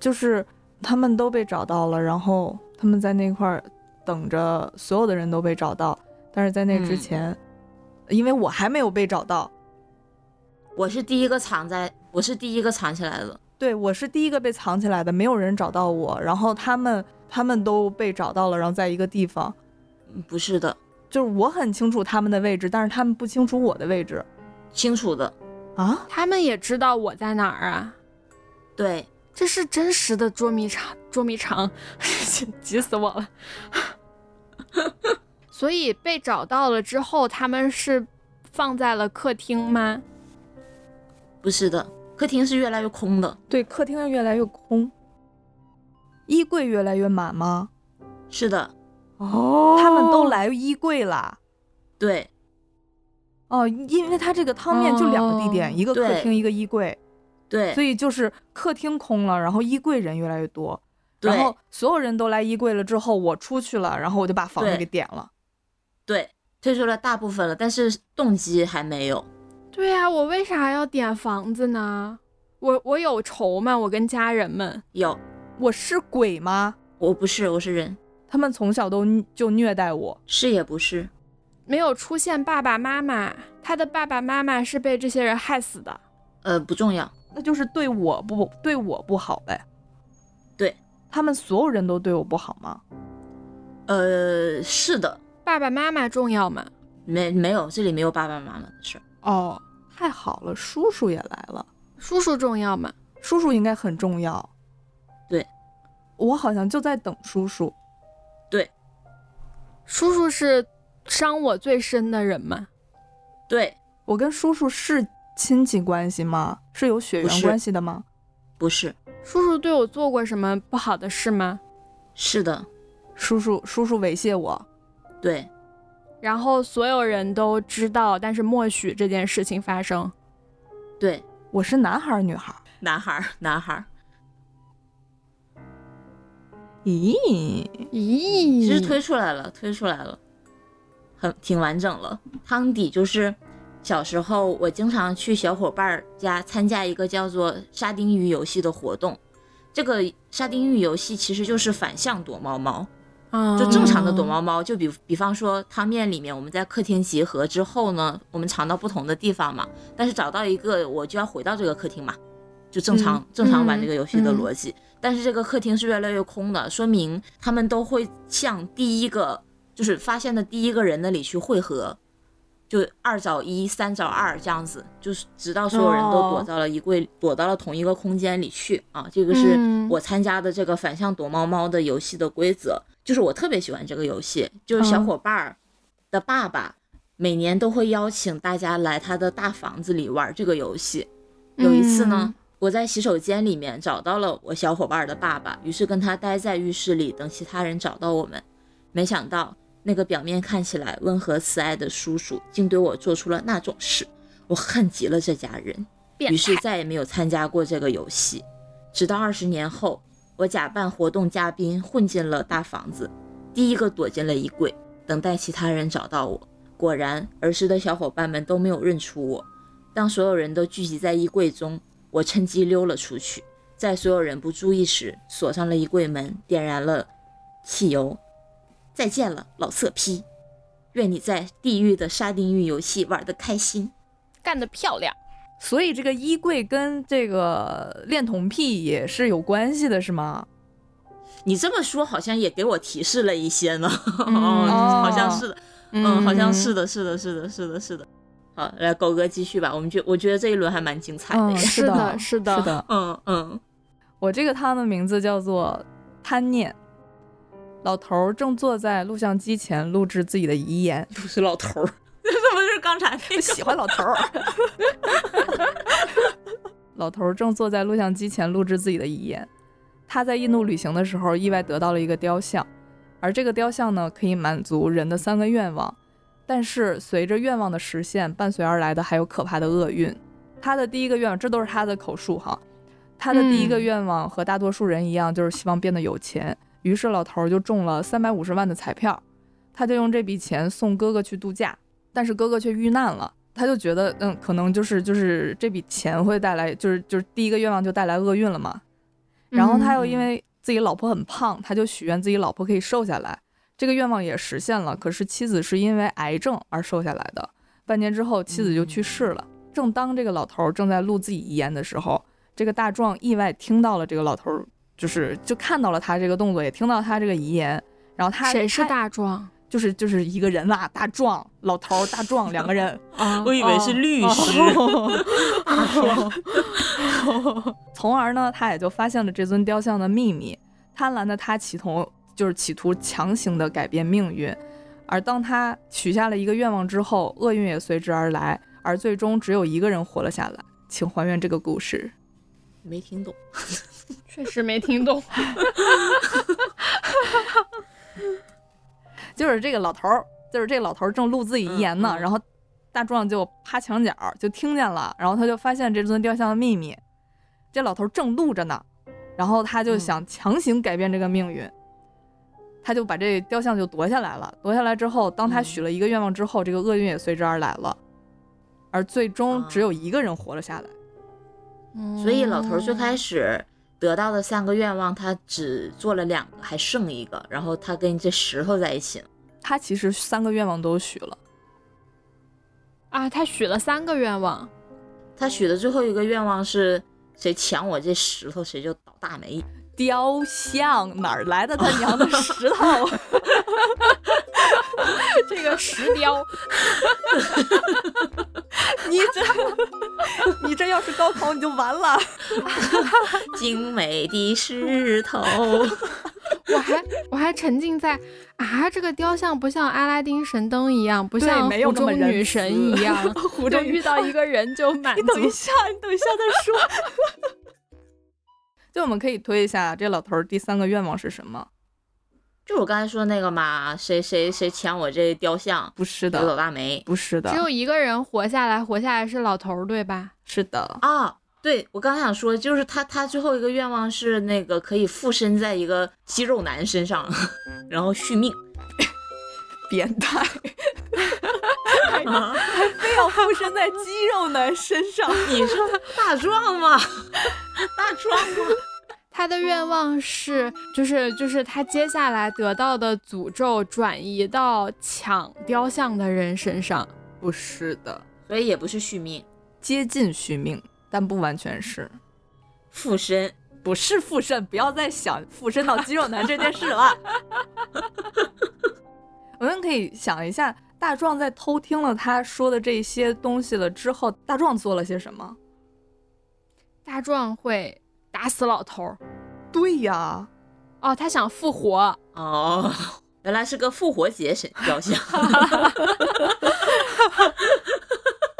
Speaker 2: 就是他们都被找到了，然后他们在那块儿等着所有的人都被找到，但是在那之
Speaker 1: 嗯
Speaker 2: 前，因为我还没有被找到，
Speaker 1: 我是第一个藏在，我是第一个藏起来的。
Speaker 2: 对我是第一个被藏起来的，没有人找到我，然后他们他们都被找到了，然后在一个地方，
Speaker 1: 嗯不是的，
Speaker 2: 就是我很清楚他们的位置，但是他们不清楚我的位置
Speaker 1: 清楚的，
Speaker 2: 啊。
Speaker 3: 他们也知道我在哪儿啊。
Speaker 1: 对，
Speaker 3: 这是真实的捉迷藏，捉迷藏， 急死我了。 所以被找到了之后，他们是放在了客厅吗？
Speaker 1: 不是的，客厅是越来越空的。
Speaker 2: 对，客厅越来越空，衣柜越来越满吗？
Speaker 1: 是的，
Speaker 2: 哦他们都来衣柜啦。
Speaker 1: 对
Speaker 2: 哦，因为它这个汤面就两个地点，
Speaker 3: 哦
Speaker 2: 一个客
Speaker 1: 对
Speaker 2: 厅，一个衣柜，
Speaker 1: 对
Speaker 2: 所以就是客厅空了，然后衣柜人越来越多，然
Speaker 1: 对
Speaker 2: 后所有人都来衣柜了之后，我出去了，然后我就把房子
Speaker 1: 对
Speaker 2: 给点了。
Speaker 1: 对，退出了大部分了，但是动机还没有。
Speaker 3: 对呀、我为啥要点房子呢？我我有仇吗？我跟家人们，
Speaker 1: 有，
Speaker 2: 我是鬼吗？
Speaker 1: 我不是，我是人，
Speaker 2: 他们从小都就虐待我，
Speaker 1: 是也不是。
Speaker 3: 没有出现爸爸妈妈，他的爸爸妈妈是被这些人害死的。
Speaker 1: 呃，不重要。
Speaker 2: 那就是对我不对我不好呗。
Speaker 1: 对，
Speaker 2: 他们所有人都对我不好吗？
Speaker 1: 呃，是的，
Speaker 3: 爸爸妈妈重要吗？
Speaker 1: 没没有，这里没有爸爸妈妈的事儿。
Speaker 2: 哦，太好了，叔叔也来了，
Speaker 3: 叔叔重要吗？
Speaker 2: 叔叔应该很重要。
Speaker 1: 对，
Speaker 2: 我好像就在等叔叔。
Speaker 3: 叔叔是伤我最深的人吗？
Speaker 1: 对，
Speaker 2: 我跟叔叔是亲戚关系吗？是有血
Speaker 1: 不
Speaker 2: 缘
Speaker 1: 是
Speaker 2: 关系的吗？
Speaker 1: 不是，
Speaker 3: 叔叔对我做过什么不好的事吗？
Speaker 1: 是的，
Speaker 2: 叔叔，叔叔猥亵我，
Speaker 1: 对，
Speaker 3: 然后所有人都知道，但是默许这件事情发生。
Speaker 1: 对，
Speaker 2: 我是男孩儿女孩儿？
Speaker 1: 男孩儿，男孩儿。
Speaker 2: 咦，
Speaker 3: 咦，
Speaker 1: 其实推出来了，推出来了，很挺完整了。汤底就是小时候我经常去小伙伴儿家参加一个叫做沙丁鱼游戏的活动。这个沙丁鱼游戏其实就是反向躲猫猫，
Speaker 3: 嗯
Speaker 1: 就正常的躲猫猫，就比比方说汤面里面，我们在客厅集合之后呢，我们藏到不同的地方嘛，但是找到一个我就要回到这个客厅嘛，就正常、
Speaker 2: 嗯
Speaker 1: 正常玩
Speaker 3: 嗯
Speaker 1: 这个游戏的
Speaker 3: 嗯
Speaker 1: 逻辑。但是这个客厅是越来越空的，说明他们都会向第一个就是发现的第一个人那里去汇合，就二找一，三找二这样子，就是直到所有人都躲
Speaker 3: 哦
Speaker 1: 到了衣柜，躲到了同一个空间里去啊。这个是
Speaker 3: 嗯
Speaker 1: 我参加的这个反向躲猫猫的游戏的规则，就是我特别喜欢这个游戏，就是小
Speaker 3: 嗯
Speaker 1: 伙伴儿的爸爸。每年都会邀请大家来他的大房子里玩这个游戏。有一次呢，
Speaker 3: 嗯
Speaker 1: 我在洗手间里面找到了我小伙伴的爸爸，于是跟他待在浴室里等其他人找到我们。没想到那个表面看起来温和慈爱的叔叔，竟对我做出了那种事，我恨极了这家人，
Speaker 3: 变态
Speaker 1: 于是再也没有参加过这个游戏。直到二十年后，我假扮活动嘉宾混进了大房子，第一个躲进了衣柜，等待其他人找到我。果然，儿时的小伙伴们都没有认出我。当所有人都聚集在衣柜中，我趁机溜了出去，在所有人不注意时锁上了衣柜门，点燃了汽油。再见了，老色批！愿你在地狱的沙丁鱼游戏玩得开心。
Speaker 3: 干得漂亮。
Speaker 2: 所以这个衣柜跟这个恋童癖也是有关系的，是吗？
Speaker 1: 你这么说好像也给我提示了一些呢，
Speaker 3: 嗯
Speaker 1: 哦，
Speaker 2: 哦
Speaker 1: 好像是的，嗯，好像是的，是的，是的，是的，是的。好，来狗哥继续吧，我们觉我觉得这一轮还蛮精彩的
Speaker 2: 嗯，
Speaker 1: 耶，
Speaker 2: 是
Speaker 3: 的是的
Speaker 2: 是的。
Speaker 1: 嗯嗯，
Speaker 2: 我这个汤的名字叫做贪念。老头儿正坐在录像机前录制自己的遗言，
Speaker 1: 不 是老头儿， 这是不是刚才那
Speaker 2: 我
Speaker 1: 个？
Speaker 2: 喜欢老头儿。 老头儿正坐在录像机前录制自己的遗言。他在印度旅行的时候，意外得到了一个雕像，而这个雕像呢，可以满足人的三个愿望。但是随着愿望的实现，伴随而来的还有可怕的厄运。他的第一个愿望，这都是他的口述哈。他的第一个
Speaker 3: 嗯
Speaker 2: 愿望和大多数人一样，就是希望变得有钱。于是老头儿就中了三百五十万的彩票，他就用这笔钱送哥哥去度假。但是哥哥却遇难了，他就觉得，嗯，可能就是就是这笔钱会带来，就是就是第一个愿望就带来厄运了嘛。
Speaker 3: 嗯
Speaker 2: 然后他又因为自己老婆很胖，他就许愿自己老婆可以瘦下来，这个愿望也实现了。可是妻子是因为癌症而瘦下来的，半年之后妻子就去世了。
Speaker 3: 嗯
Speaker 2: 正当这个老头儿正在录自己遗言的时候，这个大壮意外听到了这个老头儿，就是就看到了他这个动作，也听到他这个遗言，然后他
Speaker 3: 谁是
Speaker 2: 他
Speaker 3: 大壮
Speaker 2: 就是就是一个人啦、啊大壮老头儿大壮两个人。
Speaker 3: 啊
Speaker 1: 我以为是律师。
Speaker 2: 从而呢，他也就发现了这尊雕像的秘密。贪婪的他企图就是企图强行的改变命运，而当他许下了一个愿望之后，厄运也随之而来，而最终只有一个人活了下来。请还原这个故事。
Speaker 1: 没听懂。
Speaker 3: 确实没听懂。
Speaker 2: 就是这个老头儿，就是这个老头儿正录自己遗言呢，
Speaker 1: 嗯嗯
Speaker 2: 然后大壮就趴墙角就听见了，然后他就发现这尊雕像的秘密，这老头儿正录着呢，然后他就
Speaker 1: 嗯
Speaker 2: 想强行改变这个命运。他就把这雕像就夺下来了，夺下来之后，当他
Speaker 1: 嗯
Speaker 2: 许了一个愿望之后，这个厄运也随之而来了，而最终
Speaker 1: 啊
Speaker 2: 只有一个人活了下来。
Speaker 1: 所以老头儿最开
Speaker 3: 始，
Speaker 1: 始得到的三个愿望，他只做了两个，还剩一个，然后他跟这石头在一起了。
Speaker 2: 他其实三个愿望都许了，
Speaker 3: 啊，他许了三个愿望，
Speaker 1: 他许的最后一个愿望是谁抢我这石头，谁就倒大霉。
Speaker 2: 雕像哪儿来的他娘的石头？
Speaker 3: 这个石雕
Speaker 2: 你这你这要是高考你就完了。
Speaker 1: 精美的石 头，
Speaker 3: 我还我还沉浸在啊，这个雕像不像阿拉丁神灯一样，不像
Speaker 2: 没有
Speaker 3: 湖
Speaker 2: 那么
Speaker 3: 中
Speaker 2: 仁
Speaker 3: 女
Speaker 2: 慈，
Speaker 3: 神一样
Speaker 2: 湖
Speaker 3: 就
Speaker 2: 中
Speaker 3: 遇到一个人就 满
Speaker 2: 你等一
Speaker 3: 足。
Speaker 2: 下，你等一下再说。 就我们可以推一下这老头儿第三个愿望是什么？
Speaker 1: 就我刚才说那个嘛，谁谁谁抢我这雕像，
Speaker 2: 不是
Speaker 1: 我倒
Speaker 2: 的，
Speaker 1: 大霉
Speaker 2: 不是
Speaker 3: 只
Speaker 2: 的，
Speaker 3: 有一个人活下来，活下来是老头儿，对吧？
Speaker 2: 是的，
Speaker 1: 啊！对我刚想说，就是他他最后一个愿望是那个可以附身在一个肌肉男身上， 然后续 命。
Speaker 2: 变态，非要附身在肌肉男身上。
Speaker 1: 你说大壮吗？ 大壮吗？
Speaker 3: 他的愿望是，就是就是他接下来得到的诅咒转移到抢雕像的人身上。
Speaker 2: 不是的，
Speaker 1: 所以也不是续命，
Speaker 2: 接近续命，但不完全是。
Speaker 1: 附身。
Speaker 2: 不是附身，不要再想附身到肌肉男这件事了。 我们可以想一下，大壮在偷听了他说的这些东西了之后，大壮做了些什么？
Speaker 3: 大壮会打死老头儿
Speaker 2: 对呀，
Speaker 3: 哦，他想复活。
Speaker 1: 哦，原来是个复活节神雕 像。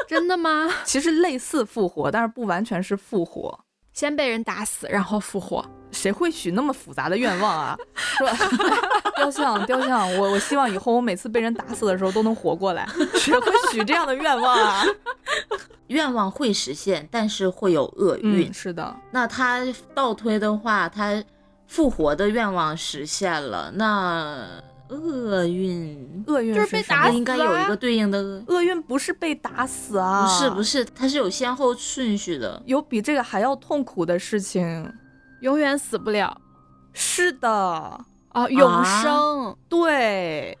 Speaker 3: 真的吗？
Speaker 2: 其实类似复活，但是不完全是复活。
Speaker 3: 先被人打死，然后复活。
Speaker 2: 谁会许那么复杂的愿望啊？说 雕像，雕像，我我希望以后我每次被人打死的时候都能活过来。谁会许这样的愿望 啊？
Speaker 1: 愿望会实现，但是会有厄运。
Speaker 2: 嗯，是的，
Speaker 1: 那他倒推的话，他复活的愿望实现了，那厄运
Speaker 2: 厄运
Speaker 3: 就是被
Speaker 2: 什么
Speaker 3: 打
Speaker 1: 那
Speaker 3: 死
Speaker 1: 应该有一
Speaker 3: 啊
Speaker 1: 个对应的厄。
Speaker 2: 厄运不是被打死啊，
Speaker 1: 不是不是，它是有先后顺序的。
Speaker 2: 有比这个还要痛苦的事情。
Speaker 3: 永远死不了
Speaker 2: 是的，
Speaker 3: 哦，永
Speaker 2: 啊
Speaker 3: 生
Speaker 2: 对，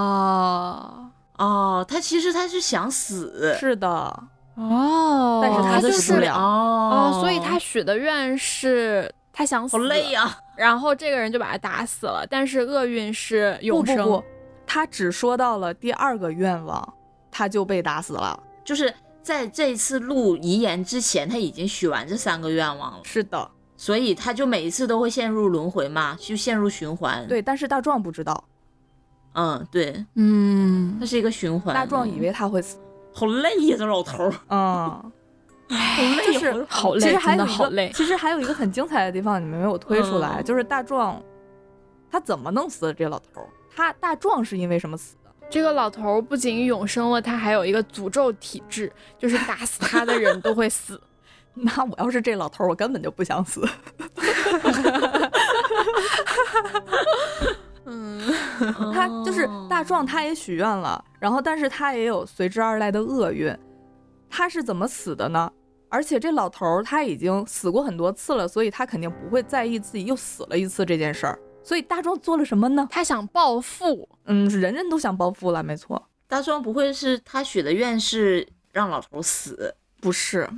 Speaker 3: 哦
Speaker 1: 哦，他其实他是想死，
Speaker 2: 是的，
Speaker 3: 哦
Speaker 2: 但是他
Speaker 3: 他
Speaker 1: 他
Speaker 3: 就
Speaker 2: 死不
Speaker 3: 是
Speaker 2: 了
Speaker 1: 哦
Speaker 3: 哦，所以他许的愿是他想死，
Speaker 1: 好累啊呀、
Speaker 3: 然后这个人就把他打死了，但是厄运是
Speaker 2: 不
Speaker 3: 永
Speaker 2: 不
Speaker 3: 生。
Speaker 2: 不，他只说到了第二个愿望，他就被打死了。
Speaker 1: 就是在这次录遗言之前，他已经许完这三个愿望了，
Speaker 2: 是的，
Speaker 1: 所以他就每一次都会陷入轮回嘛，就陷入循环。，
Speaker 2: 对，但是大壮不知道，
Speaker 1: 嗯，对，
Speaker 3: 嗯
Speaker 1: 它，是一个循环。
Speaker 2: 大壮以为他会死。
Speaker 1: 好累呀、这老头儿，
Speaker 2: 嗯，
Speaker 3: 哎
Speaker 1: 好累
Speaker 2: 就
Speaker 1: 呀、
Speaker 2: 是
Speaker 3: 好
Speaker 2: 其
Speaker 3: 累，
Speaker 2: 实还
Speaker 3: 真
Speaker 2: 有
Speaker 3: 的
Speaker 2: 一
Speaker 3: 好
Speaker 2: 个，
Speaker 3: 累。
Speaker 2: 其实还有一个很精彩的地方，你们没有推出来，
Speaker 1: 嗯
Speaker 2: 就是大壮他怎么弄死的这老头儿？他大壮是因为什么死的？
Speaker 3: 这个老头儿不仅永生了，他还有一个诅咒体质，就是打死他的人都会死。
Speaker 2: 那我要是这老头儿，我根本就不想死。
Speaker 3: 嗯，
Speaker 2: 他就是
Speaker 1: 哦
Speaker 2: 大壮，他也许愿了，然后但是他也有随之而来的厄运。他是怎么死的呢？而且这老头儿他已经死过很多次了，所以他肯定不会在意自己又死了一次这件事儿。所以大壮做了什么呢？
Speaker 3: 他想暴富，
Speaker 2: 嗯，人人都想暴富了，没错，
Speaker 1: 大壮不会是他许的愿是让老头儿死，
Speaker 2: 不是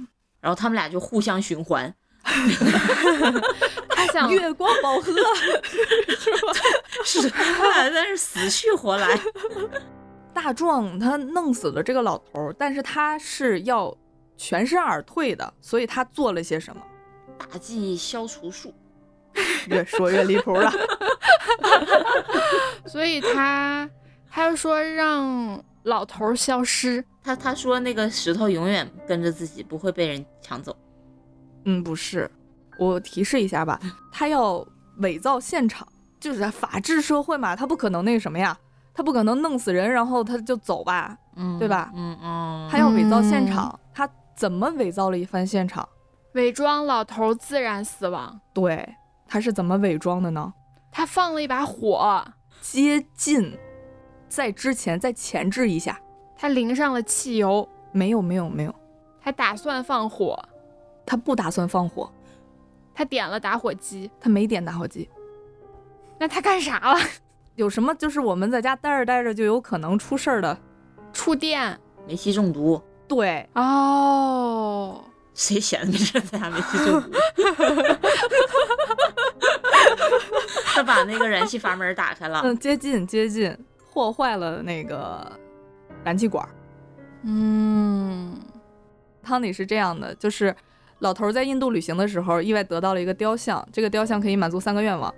Speaker 1: 然后他们俩就互相循环，
Speaker 3: 他想
Speaker 2: 月光宝盒。
Speaker 1: 是他俩在那死去活来。
Speaker 2: 大壮他弄死了这个老头儿，但是他是要全身而退的，所以他做了些什么？
Speaker 1: 大计消除术，
Speaker 2: 越说越离谱了。
Speaker 3: 所以他他就说让老头儿消失。
Speaker 1: 他他说那个石头永远跟着自己，不会被人抢走。
Speaker 2: 嗯，不是，我提示一下吧，他要伪造现场，就是法治社会嘛，他不可能那什么呀，他不可能弄死人然后他就走吧，
Speaker 1: 嗯，
Speaker 2: 对吧
Speaker 1: 嗯嗯，
Speaker 2: 他要伪造现场，他怎么伪造了一番现场？
Speaker 3: 伪装老头自然死亡，
Speaker 2: 对，他是怎么伪装的呢？
Speaker 3: 他放了一把火，
Speaker 2: 接近，在之前再前置一下，
Speaker 3: 他淋上了汽油，
Speaker 2: 没有没有没有，
Speaker 3: 他打算放火，
Speaker 2: 他不打算放火，
Speaker 3: 他点了打火机，
Speaker 2: 他没点打火机。
Speaker 3: 那他干啥了？
Speaker 2: 有什么就是我们在家待着待着就有可能出事儿的？
Speaker 3: 触电
Speaker 1: 煤气中毒，
Speaker 2: 对，
Speaker 3: 哦，
Speaker 1: 谁闲的没事在家煤气中毒？ 他把那个燃气阀门打开了，
Speaker 2: 嗯，接近接近，破坏了那个燃气管儿。
Speaker 3: 嗯，
Speaker 2: 汤底是这样的，就是老头儿在印度旅行的时候，意外得到了一个雕像，这个雕像可以满足三个愿望。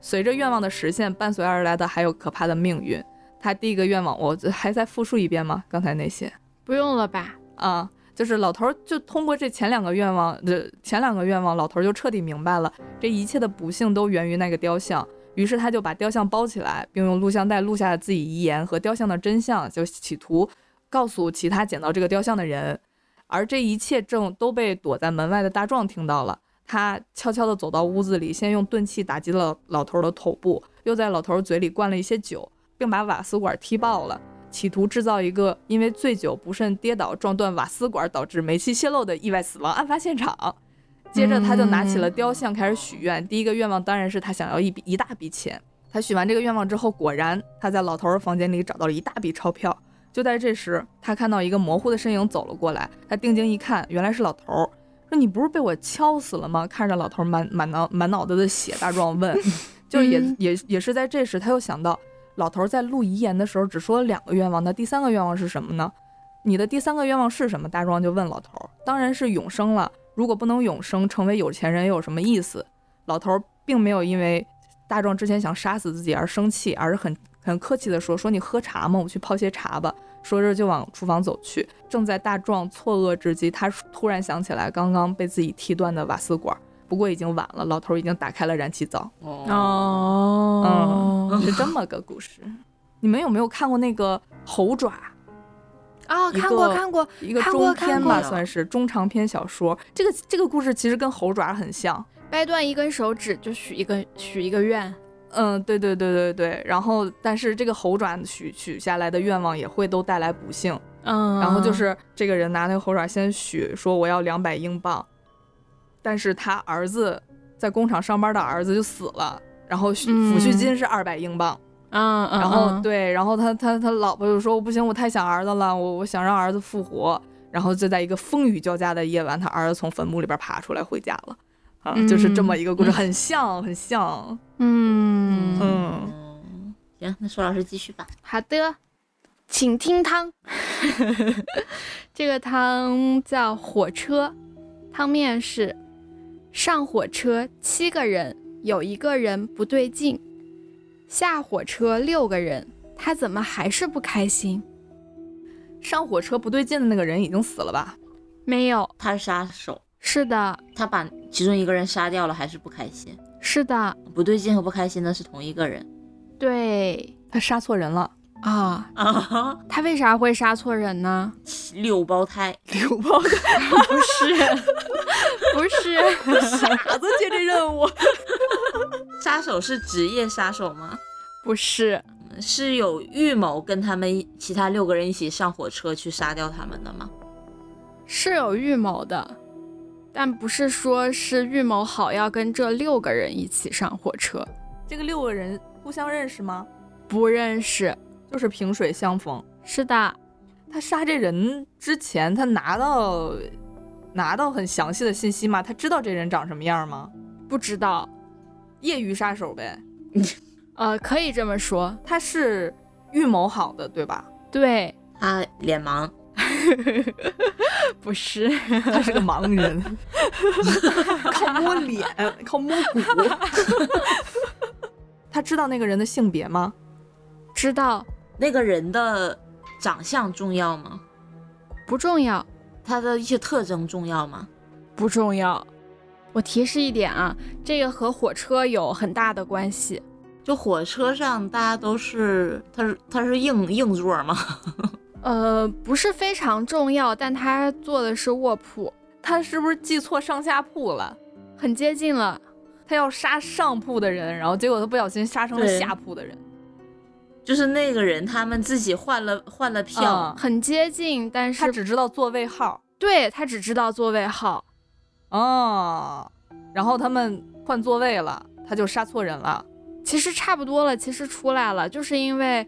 Speaker 2: 随着愿望的实现，伴随而来的还有可怕的命运。他第一个愿望，我还再复述一遍吗？刚才那些
Speaker 3: 不用了吧？
Speaker 2: 啊，就是老头儿就通过这前两个愿望，这前两个愿望，老头儿就彻底明白了，这一切的不幸都源于那个雕像。于是他就把雕像包起来，并用录像带录下了自己遗言和雕像的真相，就企图告诉其他捡到这个雕像的人。而这一切正都被躲在门外的大壮听到了。他悄悄地走到屋子里，先用钝器打击了老头儿的头部，又在老头儿嘴里灌了一些酒，并把瓦斯管踢爆了，企图制造一个因为醉酒不慎跌倒撞断瓦斯管导致煤气泄漏的意外死亡案发现场。接着，他就拿起了雕像开始许愿。第一个愿望当然是他想要一笔一大笔钱。他许完这个愿望之后，果然他在老头儿房间里找到了一大笔钞票。就在这时，他看到一个模糊的身影走了过来，他定睛一看，原来是老头儿。说你不是被我敲死了吗？看着老头儿满满脑满脑袋的血，大壮问，就是也
Speaker 3: 嗯
Speaker 2: 也也是在这时，他又想到老头儿在录遗言的时候只说了两个愿望，那第三个愿望是什么呢？你的第三个愿望是什么？大壮就问老头儿。当然是永生了。如果不能永生，成为有钱人又有什么意思？老头儿并没有因为大壮之前想杀死自己而生气，而是很很客气地说：“说你喝茶吗？我去泡些茶吧。”说着就往厨房走去。正在大壮错愕之际，他突然想起来刚刚被自己踢断的瓦斯管儿，不过已经晚了，老头儿已经打开了燃气灶。
Speaker 1: 哦，
Speaker 3: 哦
Speaker 2: 嗯，是这么个故事。你们有没有看过那个猴爪？
Speaker 3: 哦，
Speaker 2: 一
Speaker 3: 看过
Speaker 2: 个
Speaker 3: 看过，
Speaker 2: 一个
Speaker 3: 看过
Speaker 2: 中
Speaker 3: 看
Speaker 2: 篇吧，
Speaker 1: 过
Speaker 2: 算是中长篇小说。这个这个故事其实跟猴爪很像。
Speaker 3: 掰断一根手指就许一个许一个愿，
Speaker 2: 嗯，对对对对对。然后，但是这个猴爪许许下来的愿望也会都带来不幸。
Speaker 3: 嗯，
Speaker 2: 然后就是这个人拿那个猴爪先许说我要两百英镑，但是他儿子在工厂上班的儿子就死了，然后许抚恤金是二百英镑。
Speaker 3: 嗯，嗯，
Speaker 2: 然后
Speaker 3: 嗯，
Speaker 2: 对，然后他他他老婆就说：“我不行，我太想儿子了，我我想让儿子复活。”然后就在一个风雨交加的夜晚，他儿子从坟墓里边爬出来回家了。啊，就是这么一个故事，
Speaker 3: 嗯
Speaker 2: 很像，很像。
Speaker 3: 嗯嗯，
Speaker 2: 嗯，
Speaker 1: 嗯行，那舒老师继续吧。
Speaker 3: 好的，请听汤。 这个汤叫火车，汤面是上火车七个人，有一个人不对劲；下火车六个人，他怎么还是不开心？
Speaker 2: 上火车不对劲的那个人已经死了吧？
Speaker 3: 没有，
Speaker 1: 他是杀手，
Speaker 3: 是的，
Speaker 1: 他把其中一个人杀掉了，还是不开心。
Speaker 3: 是的，
Speaker 1: 不对劲和不开心的是同一个人
Speaker 3: 对
Speaker 2: 他杀错人了，
Speaker 3: 啊、
Speaker 1: 啊，
Speaker 3: 他为啥会杀错人呢？
Speaker 1: 六胞胎，
Speaker 2: 刘邦
Speaker 3: 不是， 不是，
Speaker 2: 傻子接这任务。
Speaker 1: 杀手是职业杀手吗？
Speaker 3: 不是，
Speaker 1: 是有预谋跟他们一其他六个人一起上火车去杀掉他们的吗？
Speaker 3: 是有预谋的，但不是说是预谋好要跟这六个人一起上火车，
Speaker 2: 这个六个人互相认识吗？
Speaker 3: 不认识。
Speaker 2: 就是萍水相逢。
Speaker 3: 是的，
Speaker 2: 他杀这人之前，他拿到拿到很详细的信息吗？他知道这人长什么样吗？
Speaker 3: 不知道，
Speaker 2: 业余杀手呗，
Speaker 3: 呃，可以这么说，
Speaker 2: 他是预谋好的，对吧？
Speaker 3: 对，
Speaker 1: 他脸盲，
Speaker 3: 不是，
Speaker 2: 他是个盲人， 靠摸脸，靠摸骨。他知道那个人的性别吗？
Speaker 3: 知道
Speaker 1: 那个人的长相重要吗？
Speaker 3: 不重要，
Speaker 1: 他的一些特征重要吗？
Speaker 3: 不重要。我提示一点啊，这个和火车有很大的关系。
Speaker 1: 就火车上大家都是，它是它是硬硬座吗？
Speaker 3: 呃，不是非常重要，但他坐的是卧铺，
Speaker 2: 他是不是记错上下铺了？
Speaker 3: 很接近了。
Speaker 2: 他要杀上铺的人，然后结果他不小心杀成了
Speaker 1: 对
Speaker 2: 下铺的人。
Speaker 1: 就是那个人他们自己换了换了票，
Speaker 2: 嗯
Speaker 3: 很接近，但
Speaker 2: 他
Speaker 3: 是
Speaker 2: 只知道座位号
Speaker 3: 对他只知道座位号，
Speaker 2: 哦，然后他们换座位了，他就杀错人了。
Speaker 3: 其实差不多了，其实出来了，就是因为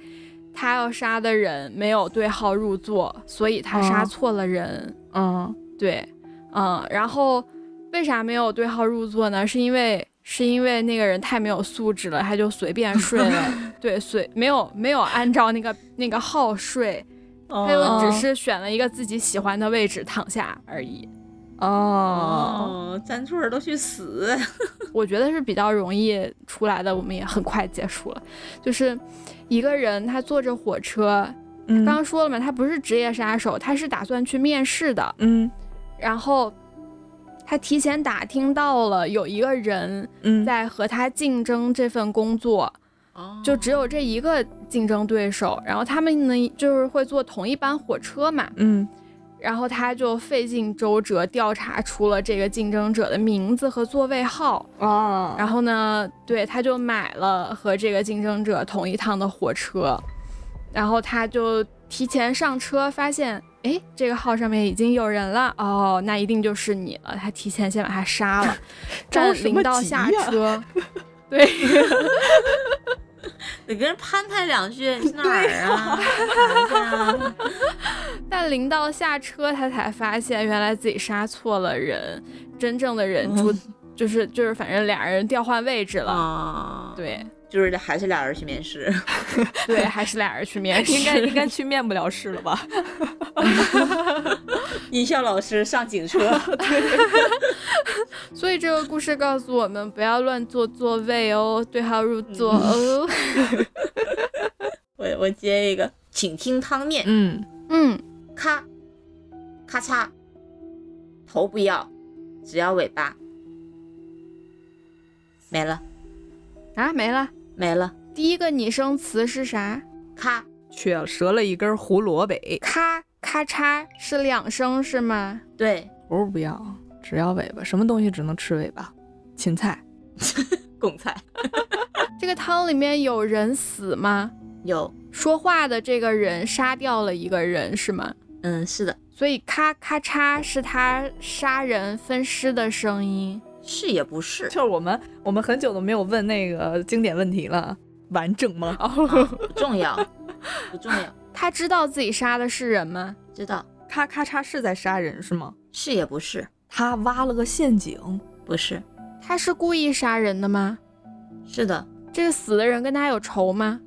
Speaker 3: 他要杀的人没有对号入座，所以他
Speaker 1: 哦
Speaker 3: 杀
Speaker 2: 嗯
Speaker 3: 错了人。
Speaker 2: 嗯，
Speaker 3: 对，嗯，然后为啥没有对号入座呢？是因为是因为那个人太没有素质了，他就随便睡 了，对，随没有没有按照那个那个号睡，他
Speaker 1: 哦
Speaker 3: 就只是选了一个自己喜欢的位置躺下而已。
Speaker 2: 哦，
Speaker 1: 哦，占座儿都去死，
Speaker 3: 我觉得是比较容易出来的，我们也很快结束了。就是一个人他坐着火车，
Speaker 2: 嗯
Speaker 3: 刚刚说了嘛，他不是职业杀手，他是打算去面试的。
Speaker 2: 嗯
Speaker 3: 然后他提前打听到了有一个人
Speaker 2: 嗯，
Speaker 3: 在和他竞争这份工作，
Speaker 1: 哦
Speaker 3: 就只有这一个竞争对手。然后他们呢，就是会坐同一班火车嘛。
Speaker 2: 嗯
Speaker 3: 然后他就费尽周折调查出了这个竞争者的名字和座位号。
Speaker 2: 哦，
Speaker 3: 然后呢，对，他就买了和这个竞争者同一趟的火车，然后他就提前上车，发现，哎，这个号上面已经有人了，哦，那一定就是你了。他提前先把他杀 了，
Speaker 2: 着
Speaker 3: 但
Speaker 2: 什么
Speaker 3: 临到
Speaker 2: 急
Speaker 3: 下
Speaker 2: 呀
Speaker 3: 车， 对，
Speaker 1: 得跟人攀谈两句，你去哪儿啊？干嘛去啊
Speaker 3: 但临到下车，他才发现原来自己杀错了人，真正的人
Speaker 2: 嗯
Speaker 3: 出、就是就是，反正俩人调换 位置了，
Speaker 1: 哦，，
Speaker 3: 对
Speaker 1: 就是还是俩人去面试，
Speaker 3: 对，还是俩人去面 试，
Speaker 2: 应该应该去面不了试了吧？
Speaker 1: 音效老师上警车，
Speaker 3: 所以这个故事告诉我们，不要乱坐座位哦，对号入座哦。
Speaker 1: 我我接一个，请听汤面，
Speaker 2: 嗯
Speaker 3: 嗯，
Speaker 1: 咔，咔嚓，头不要，只要尾巴，没了
Speaker 3: 啊，没了。
Speaker 1: 没了，
Speaker 3: 第一个拟声词是啥？
Speaker 1: 咔，
Speaker 2: 却折了一根胡萝卜，
Speaker 3: 咔咔嚓是两声是吗？
Speaker 1: 对，
Speaker 2: 不是不要，只要尾巴，什么东西只能吃尾巴？芹菜。
Speaker 1: 贡菜
Speaker 3: 这个汤里面有人死吗？
Speaker 1: 有，
Speaker 3: 说话的这个人杀掉了一个人是吗？
Speaker 1: 嗯，是的，
Speaker 3: 所以咔咔嚓是他杀人分尸的声音。
Speaker 1: 是也不 是，
Speaker 2: 就是我们我们很久都没有问那个经典问题了，完整吗？
Speaker 1: 啊不重要，不重要，
Speaker 3: 他知道自己杀的是人吗？
Speaker 1: 知道
Speaker 2: 咔咔嚓是在杀人是吗？
Speaker 1: 是也不是，
Speaker 2: 他挖了个陷阱，
Speaker 1: 不是，
Speaker 3: 他是故意杀人的吗？
Speaker 1: 是的，
Speaker 3: 这个死的人跟他有仇吗？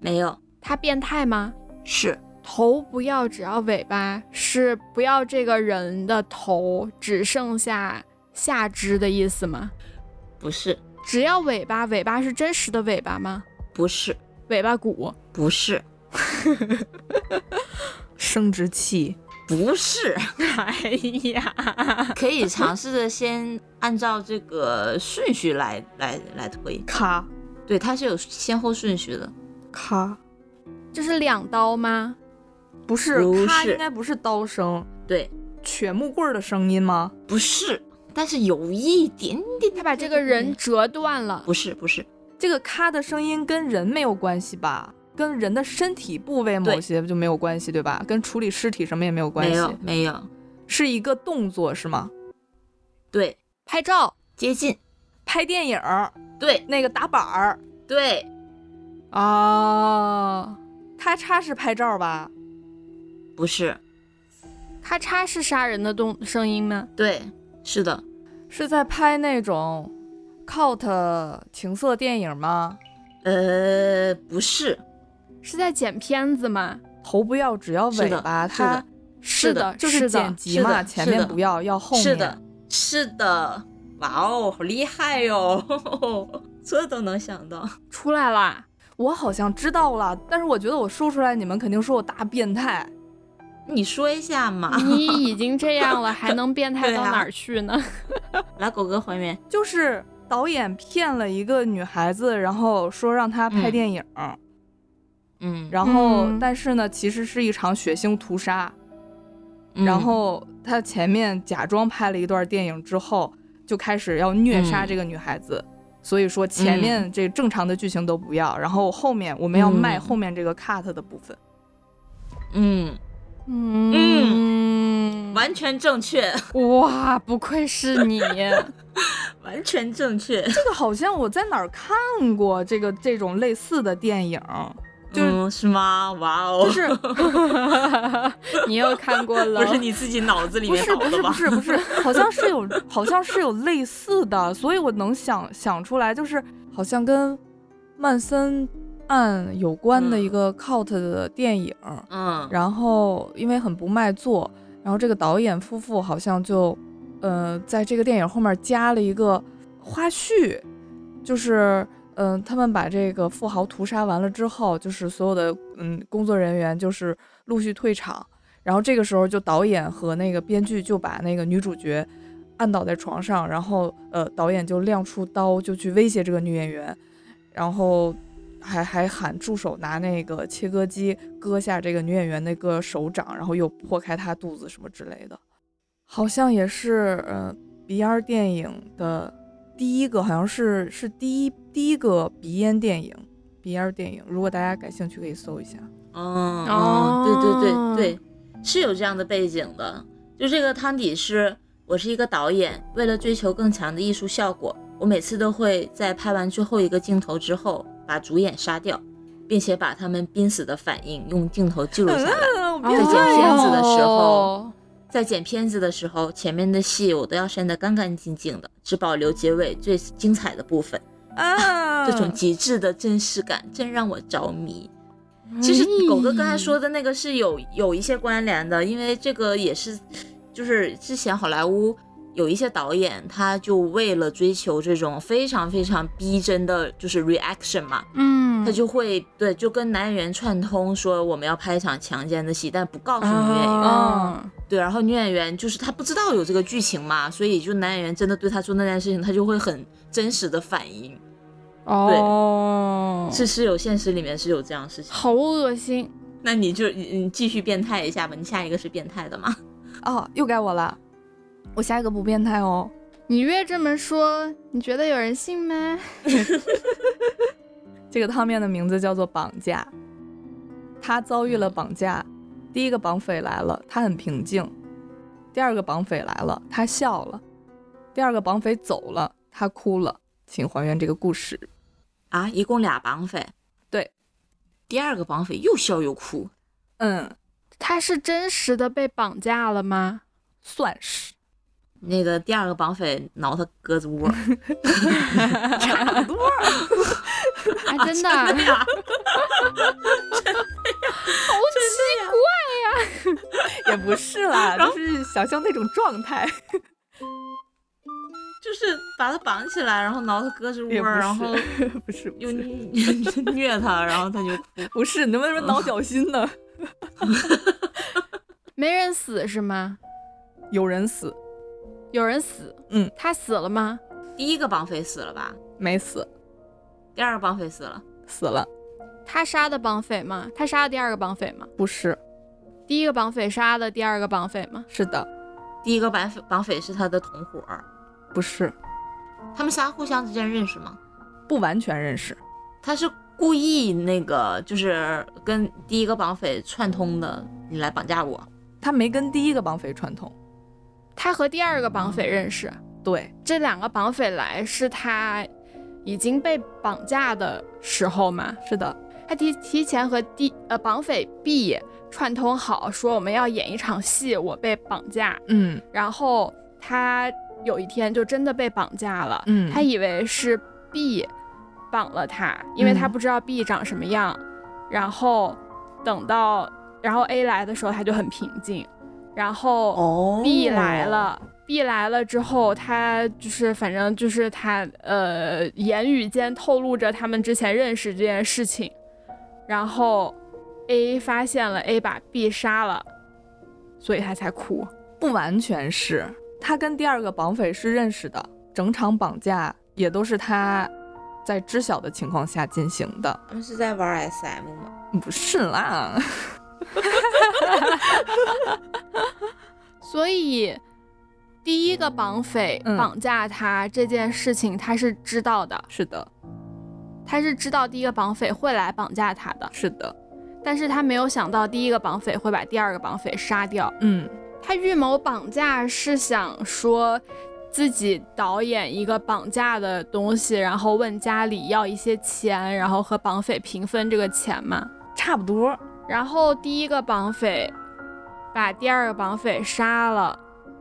Speaker 1: 没有，
Speaker 3: 他变态吗？
Speaker 1: 是
Speaker 3: 头不要，只要尾巴，是不要这个人的头，只剩下下肢的意思吗？
Speaker 1: 不是
Speaker 3: 只要尾巴，尾巴是真实的尾巴吗？
Speaker 1: 不是
Speaker 3: 尾巴骨
Speaker 1: 不是
Speaker 2: 生殖器。
Speaker 1: 不 是，
Speaker 3: 哎呀，
Speaker 1: 可以尝试着先按照这个顺序来来来推，
Speaker 2: 咔
Speaker 1: 对，它是有先后顺序的，
Speaker 2: 咔，
Speaker 3: 这是两刀吗？
Speaker 2: 不是
Speaker 1: 不
Speaker 2: 咔，
Speaker 1: 是
Speaker 2: 应该不是刀声，
Speaker 1: 对，
Speaker 2: 瘸木棍儿的声音吗？
Speaker 1: 不是，但是有一点点，
Speaker 3: 他把这个人折断了，
Speaker 1: 不是不是
Speaker 2: 这个咔的声音跟人没有关系吧？跟人的身体部位某
Speaker 1: 对
Speaker 2: 些就没有关系，对吧？跟处理尸体什么也没有关
Speaker 1: 没有
Speaker 2: 系，
Speaker 1: 没有，
Speaker 2: 是一个动作是吗？
Speaker 1: 对，
Speaker 3: 拍照
Speaker 1: 接近，
Speaker 2: 拍电影儿
Speaker 1: 对
Speaker 2: 那个打板儿，
Speaker 1: 对，啊
Speaker 3: 哦，
Speaker 2: 咔嚓是拍照吧？
Speaker 1: 不是
Speaker 3: 咔嚓是杀人的动声音吗？
Speaker 1: 对，是的，
Speaker 2: 是在拍那种 cult 情色电影吗？
Speaker 1: 呃，不是
Speaker 3: 是在剪片子吗？
Speaker 2: 头不要，只要尾巴，
Speaker 1: 是的
Speaker 2: 它
Speaker 1: 是的
Speaker 3: 的，
Speaker 2: 就是是
Speaker 3: 呃的
Speaker 2: 剪，辑嘛，
Speaker 1: 是的
Speaker 2: 前面
Speaker 1: 是的
Speaker 2: 不要，要后面。
Speaker 1: 是的，是的，哇哦，好厉害哟、 这都能想到，
Speaker 3: 出来啦。
Speaker 2: 我好像知道了，但是我觉得我说出来，你们肯定说我大变态。
Speaker 1: 你说一下嘛，
Speaker 3: 你已经这样了，还能变态到哪儿去呢？
Speaker 1: 来，狗哥还原，
Speaker 2: 就是导演骗了一个女孩子，然后说让她拍电影，
Speaker 1: 嗯，
Speaker 2: 然后、
Speaker 3: 嗯
Speaker 2: 但是呢，其实是一场血腥屠杀。
Speaker 1: 嗯
Speaker 2: 然后他前面假装拍了一段电影之后，就开始要虐杀
Speaker 1: 嗯
Speaker 2: 这个女孩子。所以说前面这正常的剧情都不要，然后后面我们要卖
Speaker 1: 嗯
Speaker 2: 后面这个 cut 的部分。
Speaker 1: 嗯，
Speaker 3: 嗯
Speaker 1: 完全正确，
Speaker 3: 哇，不愧是你，
Speaker 1: 完全正确。
Speaker 2: 这个好像我在哪儿看过这个这种类似的电影，就是
Speaker 1: 嗯，是吗？哇哦，
Speaker 2: 就是
Speaker 3: 你又看过了，
Speaker 1: 不是你自己脑子里
Speaker 2: 不
Speaker 1: 面
Speaker 2: 是
Speaker 1: 搞
Speaker 2: 不
Speaker 1: 的
Speaker 2: 是不
Speaker 1: 吧？
Speaker 2: 是不是，好像是有好像是有类似的，所以我能想想出来，就是好像跟曼森案有关的一个 cult 的电影，
Speaker 1: 嗯，
Speaker 2: 然后因为很不卖座，然后这个导演夫妇好像就呃在这个电影后面加了一个花絮，就是。嗯，他们把这个富豪屠杀完了之后，就是所有的嗯工作人员就是陆续退场，然后这个时候就导演和那个编剧就把那个女主角按倒在床上，然后呃导演就亮出刀就去威胁这个女演员，然后还还喊助手拿那个切割机割下这个女演员那个手掌，然后又破开她肚子什么之类的，好像也是呃鼻烟电影的第一个，好像是是第一第一个鼻烟电影。鼻烟电影，如果大家感兴趣可以搜一下。
Speaker 1: 嗯，
Speaker 3: 哦
Speaker 1: 嗯对对对对，是有这样的背景的。就这个汤底是，我是一个导演，为了追求更强的艺术效果，我每次都会在拍完最后一个镜头之后把主演杀掉，并且把他们濒死的反应用镜头记录下来。
Speaker 2: 嗯，我
Speaker 1: 在哦剪片子的时候
Speaker 3: 哦，
Speaker 1: 在剪片子的时候，前面的戏我都要删得干干净净的，只保留结尾最精彩的部分。
Speaker 2: 啊，
Speaker 1: 这种
Speaker 3: 嗯
Speaker 1: 极致的真实感真让我着迷。其实狗哥刚才说的那个是有有一些关联的，因为这个也是，就是之前好莱坞有一些导演，他就为了追求这种非常非常逼真的就是 reaction 嘛，
Speaker 3: 嗯，
Speaker 1: 他就会对就跟男演员串通说我们要拍一场强奸的戏，但不告诉女演员。
Speaker 3: 啊
Speaker 1: 对，然后女演员就是她不知道有这个剧情嘛，所以就男演员真的对她做那件事情，她就会很真实的反应。
Speaker 3: 哦，
Speaker 1: 是是有现实里面是有这样的事情。
Speaker 3: 好恶心，
Speaker 1: 那你就你你继续变态一下吧，你下一个是变态的嘛？
Speaker 2: 哦，又该我了。我下一个不变态哦，
Speaker 3: 你越这么说，你觉得有人信吗？
Speaker 2: 这个汤面的名字叫做绑架。他遭遇了绑架，第一个绑匪来了，他很平静；第二个绑匪来了，他笑了；第二个绑匪走了，他哭了。请还原这个故事。
Speaker 1: 啊，一共俩绑匪，
Speaker 2: 对，
Speaker 1: 第二个绑匪又笑又哭，
Speaker 2: 嗯，
Speaker 3: 他是真实的被绑架了吗？
Speaker 2: 算是
Speaker 1: 那个第二个绑匪挠他鸽子窝，
Speaker 2: 差不多。
Speaker 3: 啊，真 的啊，
Speaker 1: 对呀，
Speaker 3: 好奇怪。
Speaker 2: 也不是 啦，就是想象那种状态。
Speaker 1: 就是把他绑起来，然后挠他鸽子窝，
Speaker 2: 也不
Speaker 1: 嗯然后
Speaker 2: 是，不是，不
Speaker 1: 又
Speaker 2: 是，
Speaker 1: 虐他，然后他就哭。
Speaker 2: 不是，你能不
Speaker 1: 嗯
Speaker 2: 能说挠脚心呢？
Speaker 3: 没人死是吗？
Speaker 2: 有人死，
Speaker 3: 有人死，
Speaker 2: 嗯，
Speaker 3: 他死了吗？
Speaker 1: 第一个绑匪死了吧？
Speaker 2: 没死，
Speaker 1: 第二个绑匪死了，
Speaker 2: 死了，
Speaker 3: 他杀的绑匪吗？他杀的第二个绑匪吗？
Speaker 2: 不是，
Speaker 3: 第一个绑匪杀的第二个绑匪吗？
Speaker 2: 是的，
Speaker 1: 第一个绑匪绑匪是他的同伙儿，
Speaker 2: 不是，
Speaker 1: 他们仨互相之间认识吗？
Speaker 2: 不完全认识，
Speaker 1: 他是故意那个，就是跟第一个绑匪串通的，你来绑架我。
Speaker 2: 他没跟第一个绑匪串通，
Speaker 3: 他和第二个绑匪认识，
Speaker 2: 对，
Speaker 3: 这两个绑匪来是他已经被绑架的时候吗？
Speaker 2: 是的，
Speaker 3: 他提提前和第呃绑匪 B 串通好，说我们要演一场戏，我被绑架，
Speaker 2: 嗯
Speaker 3: 然后他有一天就真的被绑架了，
Speaker 2: 嗯
Speaker 3: 他以为是 B 绑了他，因为他
Speaker 2: 嗯
Speaker 3: 不知道 B 长什么样，然后等到然后 A 来的时候他就很平静，然后
Speaker 1: 哦
Speaker 3: B 来，了。B 来了之后，他就是反正就是他呃，言语间透露着他们之前认识这件事情，然后 A 发现了 A 把 B 杀了，所以他才哭。
Speaker 2: 不完全是，他跟第二个绑匪是认识的，整场绑架也都是他在知晓的情况下进行的。
Speaker 1: 他们是在玩 SM 吗？
Speaker 2: 不是啦，
Speaker 3: 所以第一个绑匪
Speaker 2: 嗯
Speaker 3: 绑架他这件事情，他是知道的，
Speaker 2: 是的，
Speaker 3: 他是知道第一个绑匪会来绑架他的，
Speaker 2: 是的，
Speaker 3: 但是他没有想到第一个绑匪会把第二个绑匪杀掉。
Speaker 2: 嗯，
Speaker 3: 他预谋绑架是想说自己导演一个绑架的东西，然后问家里要一些钱，然后和绑匪平分这个钱嘛。
Speaker 2: 差不多。
Speaker 3: 然后第一个绑匪把第二个绑匪杀了，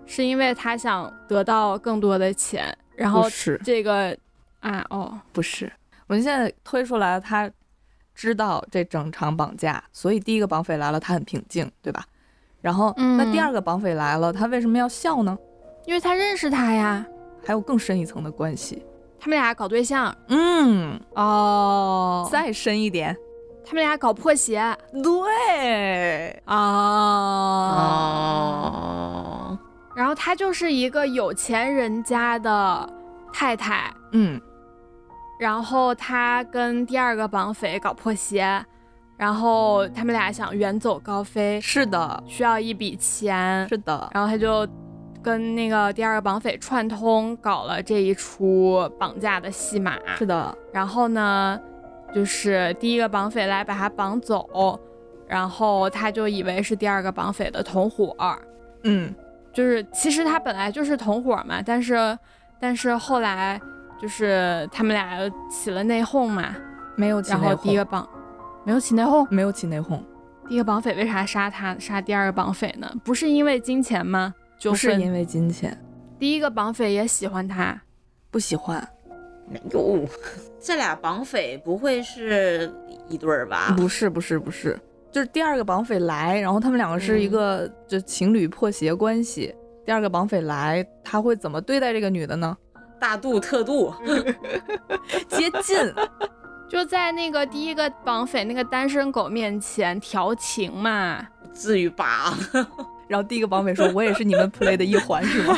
Speaker 3: 是因为他想得到更多的钱。然后
Speaker 2: 不是
Speaker 3: 这个啊哦，
Speaker 2: 不是，我们现在推出来了，他知道这整场绑架，所以第一个绑匪来了，他很平静，对吧？然后、那第
Speaker 3: 嗯
Speaker 2: 二个绑匪来了，他为什么要笑呢？
Speaker 3: 因为他认识他呀，
Speaker 2: 还有更深一层的关系。
Speaker 3: 他们俩搞对象
Speaker 2: 嗯，
Speaker 3: 哦
Speaker 2: 再深一点，
Speaker 3: 他们俩搞破鞋
Speaker 2: 对，
Speaker 3: 哦
Speaker 1: 哦，
Speaker 3: 然后她就是一个有钱人家的太太，
Speaker 2: 嗯，
Speaker 3: 然后她跟第二个绑匪搞破鞋，然后他们俩想远走高飞，
Speaker 2: 是的，
Speaker 3: 需要一笔钱，
Speaker 2: 是的，
Speaker 3: 然后他就跟那个第二个绑匪串通，搞了这一出绑架的戏码。
Speaker 2: 是的，
Speaker 3: 然后呢，就是第一个绑匪来把他绑走，然后他就以为是第二个绑匪的同伙儿，
Speaker 2: 嗯，
Speaker 3: 就是其实他本来就是同伙嘛，但是但是后来就是他们俩起了内讧嘛，
Speaker 2: 没有起内讧，
Speaker 3: 然后第一个绑没有起内讧，
Speaker 2: 没有起内讧，
Speaker 3: 第一个绑匪为啥杀他杀第二个绑匪呢？不是因为金钱吗？就
Speaker 2: 不是因为金钱，
Speaker 3: 第一个绑匪也喜欢他，
Speaker 2: 不喜欢，
Speaker 1: 哟， 这俩绑匪不会是一对儿吧？
Speaker 2: 不是，不是，不是，就是第二个绑匪来，然后他们两个是一个就情侣破鞋关系。第二个绑匪来，他会怎么对待这个女的呢？
Speaker 1: 大度特度，
Speaker 2: 接近，
Speaker 3: 就在那个第一个绑匪那个单身狗面前调情嘛。
Speaker 1: 至于吧？
Speaker 2: 然后第一个绑匪说：“我也是你们 play 的一环，是吗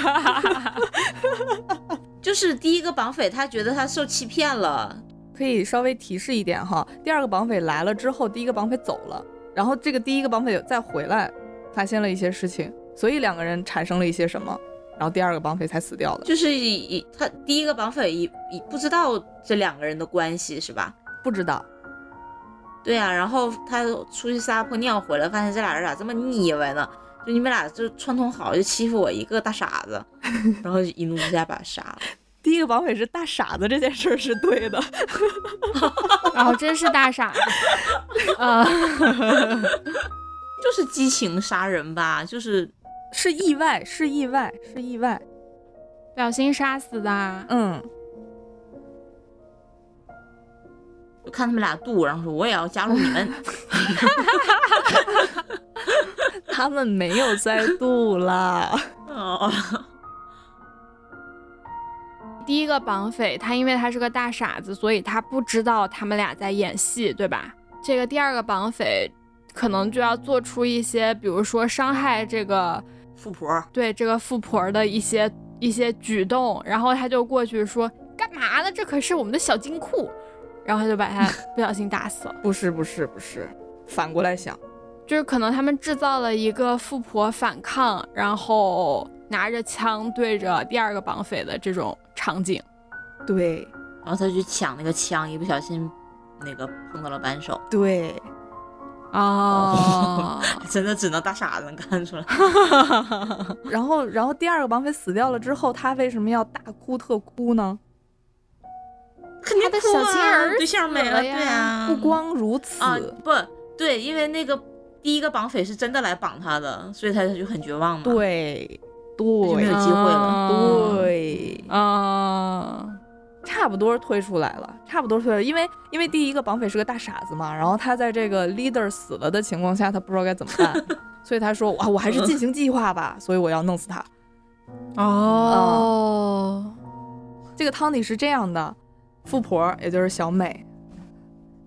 Speaker 1: 就是第一个绑匪他觉得他受欺骗了，？”
Speaker 2: 可以稍微提示一点哈。第二个绑匪来了之后，第一个绑匪走了，然后这个第一个绑匪再回来，发现了一些事情，所以两个人产生了一些什么，然后第二个绑匪才死掉的。
Speaker 1: 就是以以他第一个绑匪以以不知道这两个人的关系是吧？
Speaker 2: 不知道，
Speaker 1: 对呀、然后他出去撒泼尿回来，发现这俩人咋这么腻歪呢？就你们俩就串通好，就欺负我一个大傻 子，然后就一怒之下把他杀了。
Speaker 2: 第一个绑匪是大傻子这件事儿是对的，
Speaker 3: 然后真是大傻子， 呃，
Speaker 1: 就是激情杀人吧，就是
Speaker 2: 是意外，是意外，是意外。
Speaker 3: 不小心杀死的。啊
Speaker 2: 嗯，
Speaker 1: 就看他们俩度，然后说我也要加入你们。
Speaker 2: 他们没有再度了。
Speaker 1: 哦，
Speaker 3: 第一个绑匪他因为他是个大傻子，所以他不知道他们俩在演戏，对吧？这个第二个绑匪可能就要做出一些，比如说伤害这个
Speaker 1: 富婆，
Speaker 3: 对这个富婆的一些一些举动，然后他就过去说：“干嘛呢？这可是我们的小金库。”然后他就把他不小心打死了。
Speaker 2: 不是，不是，不是，反过来想，
Speaker 3: 就是可能他们制造了一个富婆反抗，然后拿着枪对着第二个绑匪的这种场景。
Speaker 2: 对，
Speaker 1: 然后他去抢那个枪，一不小心那个碰到了扳手，
Speaker 2: 对，
Speaker 3: 哦，
Speaker 1: 真的只能大傻子能看出来。
Speaker 2: 然后，然后第二个绑匪死掉了之后，他为什么要大哭特哭呢？
Speaker 1: 肯定
Speaker 3: 他的
Speaker 1: 哭
Speaker 3: 小情
Speaker 1: 啊
Speaker 3: 人儿
Speaker 1: 对象
Speaker 3: 死
Speaker 1: 没
Speaker 3: 了
Speaker 1: 对
Speaker 3: 呀
Speaker 1: 啊，
Speaker 2: 不光如此，
Speaker 1: 啊不对，因为那个第一个绑匪是真的来绑他的，所以他就很绝望嘛。，
Speaker 2: 对，
Speaker 1: 就没有
Speaker 2: 对，
Speaker 1: 机会了。
Speaker 2: 对，
Speaker 3: 啊、
Speaker 2: 差不多推出来了，差不多推出来了，因为因为第一个绑匪是个大傻子嘛，然后他在这个 leader 死了的情况下，他不知道该怎么办，所以他说啊哇，我还是进行计划吧，所以我要弄死他。
Speaker 3: 哦，
Speaker 2: 这个汤底是这样的：富婆，也就是小美，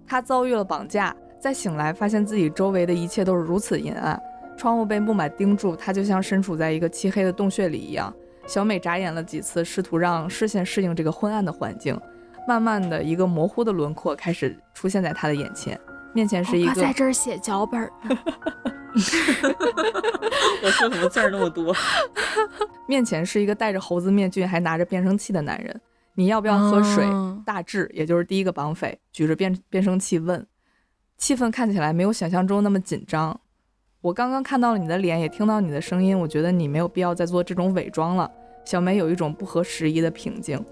Speaker 2: 她遭遇了绑架，再醒来发现自己周围的一切都是如此阴暗，窗户被木马钉住，她就像身处在一个漆黑的洞穴里一样。小美眨眼了几次，试图让视线适应这个昏暗的环境。慢慢的一个模糊的轮廓开始出现在她的眼前，面前是一
Speaker 3: 我
Speaker 2: 个
Speaker 3: 在这儿写脚本儿呢，
Speaker 1: 我说什么字儿那么 多？
Speaker 2: 面前是一个戴着猴子面具还拿着变声器的男人。你要不要喝水？
Speaker 3: 嗯
Speaker 2: 大志，也就是第一个绑匪，举着变变声器问。气氛看起来没有想象中那么紧张。我刚刚看到了你的脸，也听到你的声音，我觉得你没有必要再做这种伪装了。小梅有一种不合时宜的平静。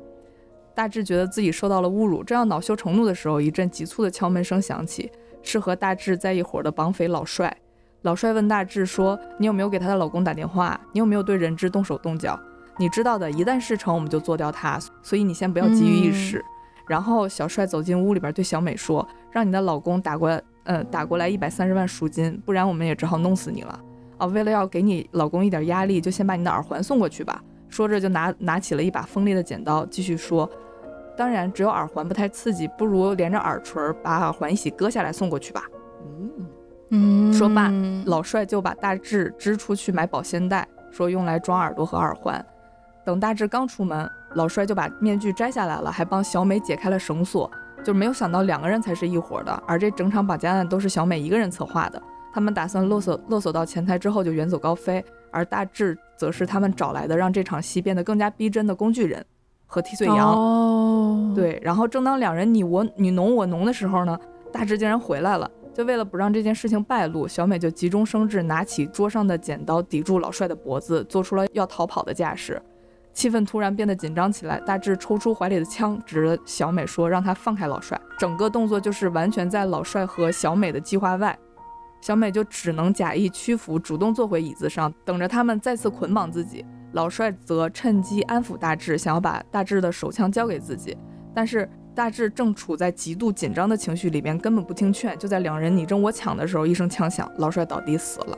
Speaker 2: 大志觉得自己受到了侮辱，正要恼羞成怒的时候，一阵急促的敲门声响起，是和大志在一伙的绑匪老帅。老帅问大志说：“你有没有给她的老公打电话？你有没有对人质动手动脚？你知道的，一旦事成，我们就做掉他，所以你先不要急于一时。然后小帅走进屋里边，对小美说：“让你的老公打过来，呃，打过来一百三十万赎金，不然我们也只好弄死你了。啊，为了要给你老公一点压力，就先把你的耳环送过去吧。”说着就拿拿起了一把锋利的剪刀，继续说：“当然，只有耳环不太刺激，不如连着耳垂儿把耳环一起割下来送过去吧。”
Speaker 1: 嗯，
Speaker 3: 嗯，
Speaker 2: 说罢，老帅就把大志支出去买保鲜袋，说用来装耳朵和耳环。等大志刚出门，老帅就把面具摘下来了，还帮小美解开了绳索。就没有想到两个人才是一伙的，而这整场绑架案都是小美一个人策划的。他们打算勒索勒索到钱财之后就远走高飞，而大志则是他们找来的让这场戏变得更加逼真的工具人和替罪羊。
Speaker 3: 哦，，
Speaker 2: 对，然后正当两人你我你侬我侬的时候呢，大志竟然回来了。就为了不让这件事情败露，小美就急中生智，拿起桌上的剪刀抵住老帅的脖子，做出了要逃跑的架势。气氛突然变得紧张起来，大志抽出怀里的枪，指着小美说：“让她放开老帅。”整个动作就是完全在老帅和小美的计划外，小美就只能假意屈服，主动坐回椅子上，等着他们再次捆绑自己。老帅则趁机安抚大志，想要把大志的手枪交给自己。但是大志正处在极度紧张的情绪里边，根本不听劝。就在两人你争我抢的时候，一声枪响，老帅倒地死了。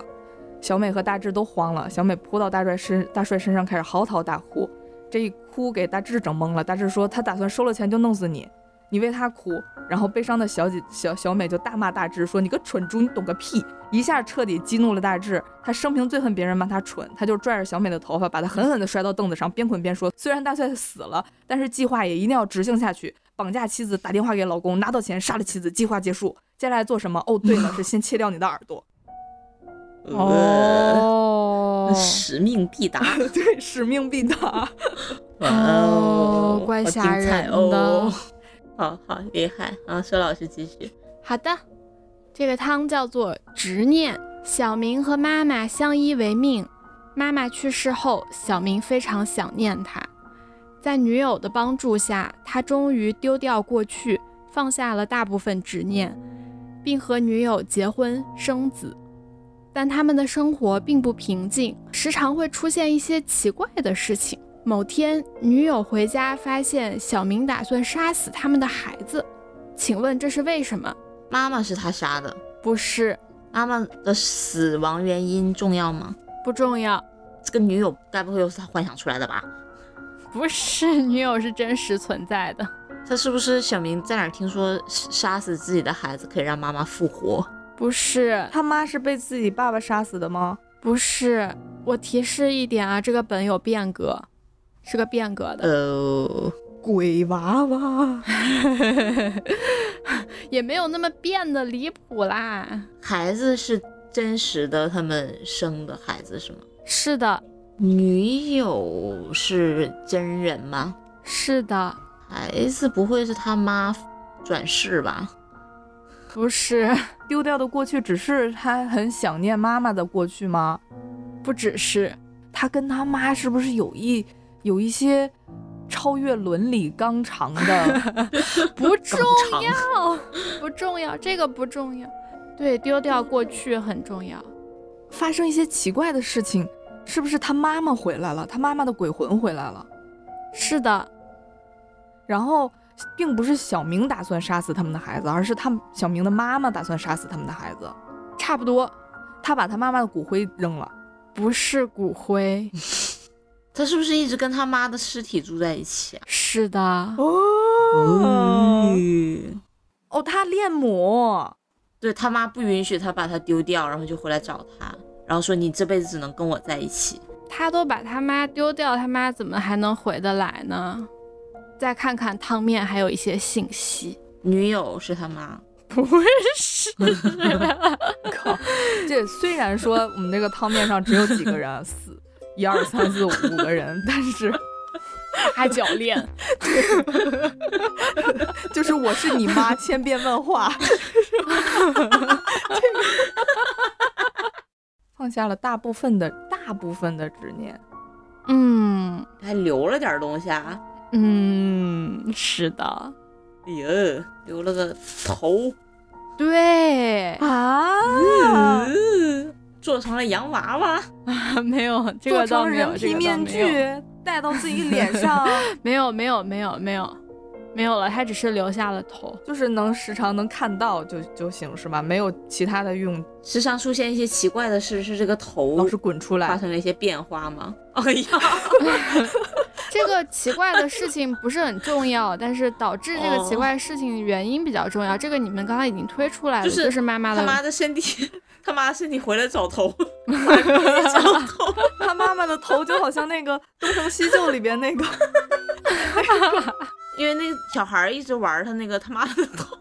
Speaker 2: 小美和大志都慌了，小美扑到大帅身大帅身上开始嚎啕大哭。这一哭给大志整懵了，大志说他打算收了钱就弄死你，你为他哭。然后悲伤的小姐小小美就大骂大志说你个蠢猪，你懂个屁！一下彻底激怒了大志，他生平最恨别人骂他蠢，他就拽着小美的头发，把她狠狠地摔到凳子上，边捆边说：“虽然大帅死了，但是计划也一定要执行下去。绑架妻子，打电话给老公，拿到钱，杀了妻子，计划结束。接下来做什么？哦，对了，是先切掉 你的耳朵。
Speaker 1: 呃，
Speaker 3: 哦，
Speaker 1: 使命必 达。
Speaker 2: 对，使命必达。
Speaker 1: 哇哦
Speaker 3: 哦，怪
Speaker 1: 好精
Speaker 3: 吓
Speaker 1: 彩
Speaker 3: 人
Speaker 1: 哦
Speaker 3: 的！
Speaker 1: 好好厉害啊！佘老师继续。
Speaker 3: 好的，这个汤叫做执念。小明和妈妈相依为命。妈妈去世后，小明非常想念她。在女友的帮助下，他终于丢掉过去，放下了大部分执念，并和女友结婚生子。但他们的生活并不平静，时常会出现一些奇怪的事情。某天，女友回家发现小明打算杀死他们的孩子，请问这是为什么？
Speaker 1: 妈妈是他杀的，
Speaker 3: 不是，
Speaker 1: 妈妈的死亡原因重要吗？
Speaker 3: 不重要，
Speaker 1: 这个女友该不会又是他幻想出来的吧？
Speaker 3: 不是女友是真实存在的，
Speaker 1: 他是不是小明在哪儿听说杀杀死自己的孩子可以让妈妈复活？
Speaker 3: 不是，
Speaker 2: 他妈是被自己爸爸杀死的吗？
Speaker 3: 不是。我提示一点啊，这个本有变革，是个变革的，
Speaker 1: 呃，
Speaker 2: 鬼娃娃，
Speaker 3: 也没有那么变的离谱啦。
Speaker 1: 孩子是真实的，他们生的孩子是吗？
Speaker 3: 是的，
Speaker 1: 女友是真人吗？
Speaker 3: 是的，
Speaker 1: 孩子不会是他妈转世吧？
Speaker 3: 不是，
Speaker 2: 丢掉的过去只是他很想念妈妈的过去吗？
Speaker 3: 不只是，
Speaker 2: 他跟他妈是不是有一有一些超越伦理纲常的？
Speaker 3: 不
Speaker 1: 更
Speaker 3: 重
Speaker 1: 长
Speaker 3: 要，不重要，这个不重要。对，丢掉过去很重要。
Speaker 2: 发生一些奇怪的事情，是不是他妈妈回来了？他妈妈的鬼魂回来了？
Speaker 3: 是的，
Speaker 2: 然后并不是小明打算杀死他们的孩子，而是他们小明的妈妈打算杀死他们的孩子。
Speaker 3: 差不多，
Speaker 2: 他把他妈妈的骨灰扔了，
Speaker 3: 不是骨灰。
Speaker 1: 他是不是一直跟他妈的尸体住在一起啊？
Speaker 3: 是的，
Speaker 2: 哦哦，他恋母，
Speaker 1: 对他妈不允许他把他丢掉，然后就回来找他，然后说你这辈子只能跟我在一起。
Speaker 3: 他都把他妈丢掉，他妈怎么还能回得来呢？再看看汤面还有一些信 息，
Speaker 1: 女友是他妈，
Speaker 3: 不会是
Speaker 2: 靠，这虽然说我们这个汤面上只有几个人啊，四、一二三四五五个人，但 是
Speaker 3: 八角恋？
Speaker 2: 就是我是你妈千变万化， 放下了大部分的大部分的执念。
Speaker 3: 嗯
Speaker 1: 还留了点东西啊。
Speaker 3: 嗯，是的，
Speaker 1: 哎呦，留了个头，
Speaker 3: 对，
Speaker 2: 哎啊，
Speaker 1: 嗯，做成了洋娃娃。
Speaker 3: 啊没有这
Speaker 2: 做
Speaker 3: 个倒
Speaker 2: 成
Speaker 3: 没
Speaker 2: 人
Speaker 3: 有，这
Speaker 2: 皮
Speaker 3: 个倒
Speaker 2: 面
Speaker 3: 没有。
Speaker 2: 具戴到自己脸 上，
Speaker 3: 没有没有没有没有没有了，他只是留下了头。
Speaker 2: 就是能时常能看到就就行是吧？没有其他的用，
Speaker 1: 时常出现一些奇怪的事，是这个头
Speaker 2: 老是滚出
Speaker 1: 发
Speaker 2: 来。
Speaker 1: 生了一些变化吗？哎呀，
Speaker 3: 这个奇怪的事情不是很重要，但是导致这个奇
Speaker 1: 哦
Speaker 3: 怪的事情原因比较重要。这个你们刚刚已经推出来了，就、
Speaker 1: 就是是
Speaker 3: 妈妈
Speaker 1: 他
Speaker 3: 的
Speaker 1: 妈的身体，他妈的身体回来找 头，找头，
Speaker 2: 他妈妈的头就好像那个《东成西就》里边那个，
Speaker 1: 因为那个小孩儿一直玩他那个他妈的头，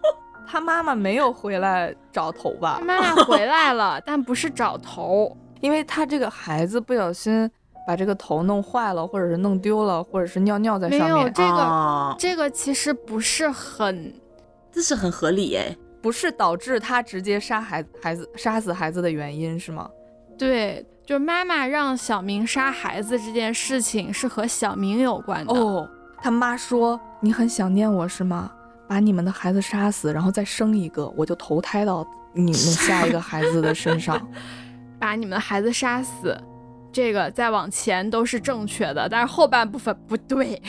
Speaker 2: 他妈妈没有回来找头吧
Speaker 3: 他？妈妈回来了，但不是找头。
Speaker 2: 因为他这个孩子不小心把这个头弄坏了，或者是弄丢了，或者是尿尿在
Speaker 3: 没
Speaker 2: 上
Speaker 3: 有
Speaker 2: 面，啊
Speaker 3: 这个、
Speaker 1: 哦
Speaker 3: 这个其实不是很
Speaker 1: 这是很合理哎。
Speaker 2: 不是导致他直接杀孩子孩子杀死孩子的原因是吗？
Speaker 3: 对，就是妈妈让小明杀孩子这件事情是和小明有关的。
Speaker 2: 哦，他妈说你很想念我是吗？把你们的孩子杀死，然后再生一个，我就投胎到你们下一个孩子的身上。
Speaker 3: 把你们的孩子杀死，这个再往前都是正确的，但是后半部分 不对。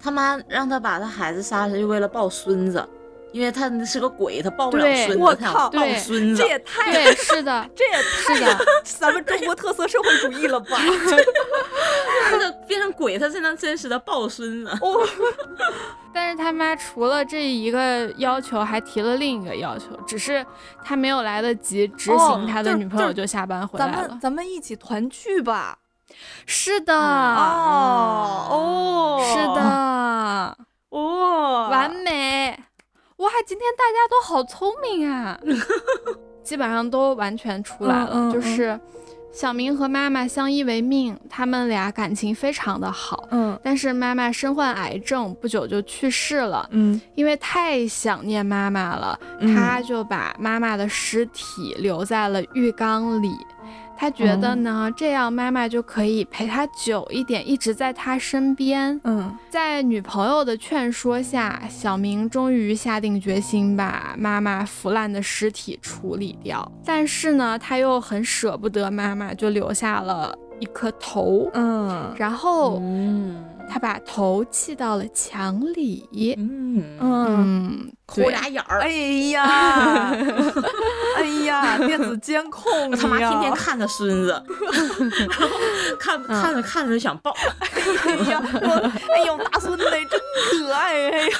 Speaker 1: 他妈让他把他孩子杀死，就为了抱孙子，因为他是个鬼，他抱不了
Speaker 3: 对
Speaker 1: 孙
Speaker 2: 我
Speaker 1: 子，他
Speaker 2: 靠
Speaker 1: 想抱
Speaker 3: 对
Speaker 1: 孙子。
Speaker 2: 太
Speaker 3: 对，是的，
Speaker 2: 这也
Speaker 3: 是的，
Speaker 2: 咱们中国特色社会主义了 吧？
Speaker 1: 他的变成鬼，他才能真实的抱孙子。
Speaker 2: 哦，
Speaker 3: 但是他妈除了这一个要求，还提了另一个要求，只是他没有来得及执
Speaker 2: 哦
Speaker 3: 行，他的
Speaker 2: 就是
Speaker 3: 女朋友
Speaker 2: 就是
Speaker 3: 就下班回
Speaker 2: 咱
Speaker 3: 来了
Speaker 2: 们。咱们一起团聚吧。
Speaker 3: 是的，
Speaker 1: 啊
Speaker 2: 哦哦，
Speaker 3: 是的，
Speaker 2: 哦，
Speaker 3: 完美！哇，今天大家都好聪明啊， 基本上都完全出来了。
Speaker 2: 嗯嗯嗯
Speaker 3: 就是小明和妈妈相依为命，他们俩感情非常的好。
Speaker 2: 嗯
Speaker 3: 但是妈妈身患癌症，不久就去世了。
Speaker 2: 嗯，
Speaker 3: 因为太想念妈妈了，
Speaker 2: 嗯
Speaker 3: 他就把妈妈的尸体留在了浴缸里。他觉
Speaker 2: 哦
Speaker 3: 得呢，这样妈妈就可以陪他久一点，一直在他身边。
Speaker 2: 嗯
Speaker 3: 在女朋友的劝说下，小明终于下定决心把妈妈腐烂的尸体处理掉。但是呢，他又很舍不得妈妈，就留下了一颗头。
Speaker 2: 嗯
Speaker 3: 然后
Speaker 1: 嗯
Speaker 3: 他把头砌到了墙里。
Speaker 1: 嗯，
Speaker 2: 嗯，
Speaker 3: 嗯，
Speaker 1: 抠俩眼儿，
Speaker 2: 哎呀， 哎呀，电子监控
Speaker 1: 他妈
Speaker 2: 一样
Speaker 1: 天天看他孙 子，然后看
Speaker 3: 嗯
Speaker 1: 看着看着就想抱。
Speaker 2: 哎呀， 我哎呦，大孙子真可爱！哎呀，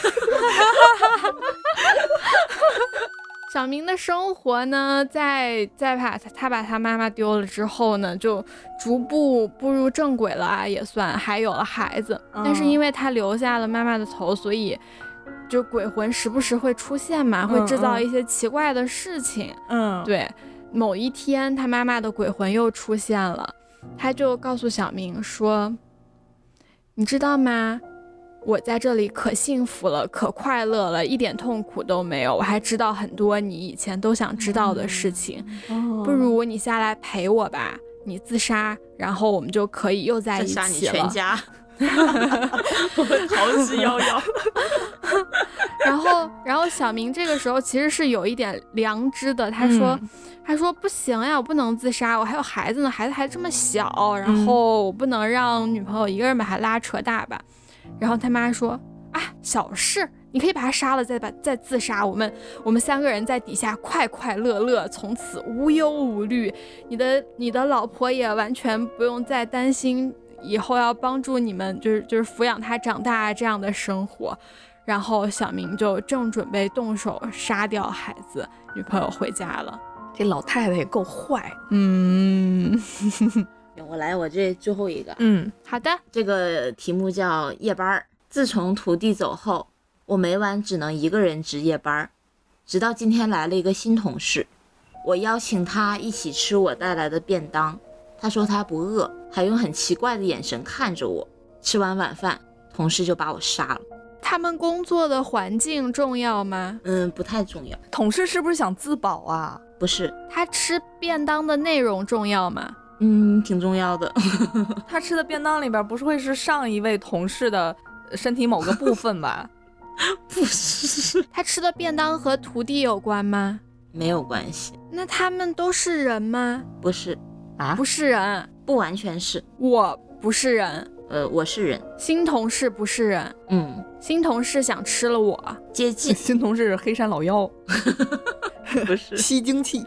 Speaker 3: 小明的生活呢，在在把他他把他妈妈丢了之后呢，就逐步步入正轨了啊，也算还有了孩子。
Speaker 2: 嗯
Speaker 3: 但是因为他留下了妈妈的头，所以就鬼魂时不时会出现嘛，会制造
Speaker 2: 嗯
Speaker 3: 一些奇怪的事情。
Speaker 2: 嗯，
Speaker 3: 对，某一天他妈妈的鬼魂又出现了，他就告诉小明说：“你知道吗？我在这里可幸福了，可快乐了，一点痛苦都没有。我还知道很多你以前都想知道的事情，
Speaker 1: 嗯
Speaker 2: 不
Speaker 3: 不如你下来陪我吧。你自杀，然后我们就可以又在
Speaker 1: 再
Speaker 3: 一
Speaker 1: 杀你
Speaker 3: 哎起
Speaker 1: 全
Speaker 3: 了。”
Speaker 1: 家， 我们逃之夭夭。
Speaker 3: 然后，然后小明这个时候其实是有一点良知的，
Speaker 1: 嗯
Speaker 3: 他说，他说不行呀，我不能自杀，我还有孩子呢，孩子还这么小，然后我不能让女朋友一个人把他拉扯大吧。然后他妈说啊，小事，你可以把他杀了，再把再自杀，我们我们三个人在底下快快乐乐，从此无忧无虑。你的你的老婆也完全不用再担心以后要帮助你们，就是就是抚养他长大这样的生活。然后小明就正准备动手杀掉孩子，女朋友回家了。
Speaker 2: 这老太太也够坏，
Speaker 3: 嗯，
Speaker 1: 我来，我这最后一个，
Speaker 2: 嗯，
Speaker 3: 好的，
Speaker 1: 这个题目叫夜班儿。自从徒弟走后，我每晚只能一个人值夜班儿，直到今天来了一个新同事，我邀请他一起吃我带来的便当，他说他不饿，还用很奇怪的眼神看着我。吃完晚饭，同事就把我杀了。
Speaker 3: 他们工作的环境重要吗？
Speaker 1: 嗯，不太重要，
Speaker 2: 同事是不是想自保啊？
Speaker 1: 不是，
Speaker 3: 他吃便当的内容重要吗？
Speaker 1: 嗯，挺重要的。
Speaker 2: 他吃的便当里边不是会是上一位同事的呃身体某个部分 吧？
Speaker 1: 不是，
Speaker 3: 他吃的便当和徒弟有关吗？
Speaker 1: 没有关系，
Speaker 3: 那他们都是人吗？
Speaker 1: 不是，
Speaker 2: 啊
Speaker 3: 不，是人，
Speaker 1: 不完全是。
Speaker 3: 我不是人，
Speaker 1: 呃，我是人，
Speaker 3: 新同事不是人，
Speaker 1: 嗯，
Speaker 3: 新同事想吃了我，
Speaker 1: 接近，
Speaker 2: 新同事是黑山老妖，
Speaker 1: 不是。
Speaker 2: 吸精气，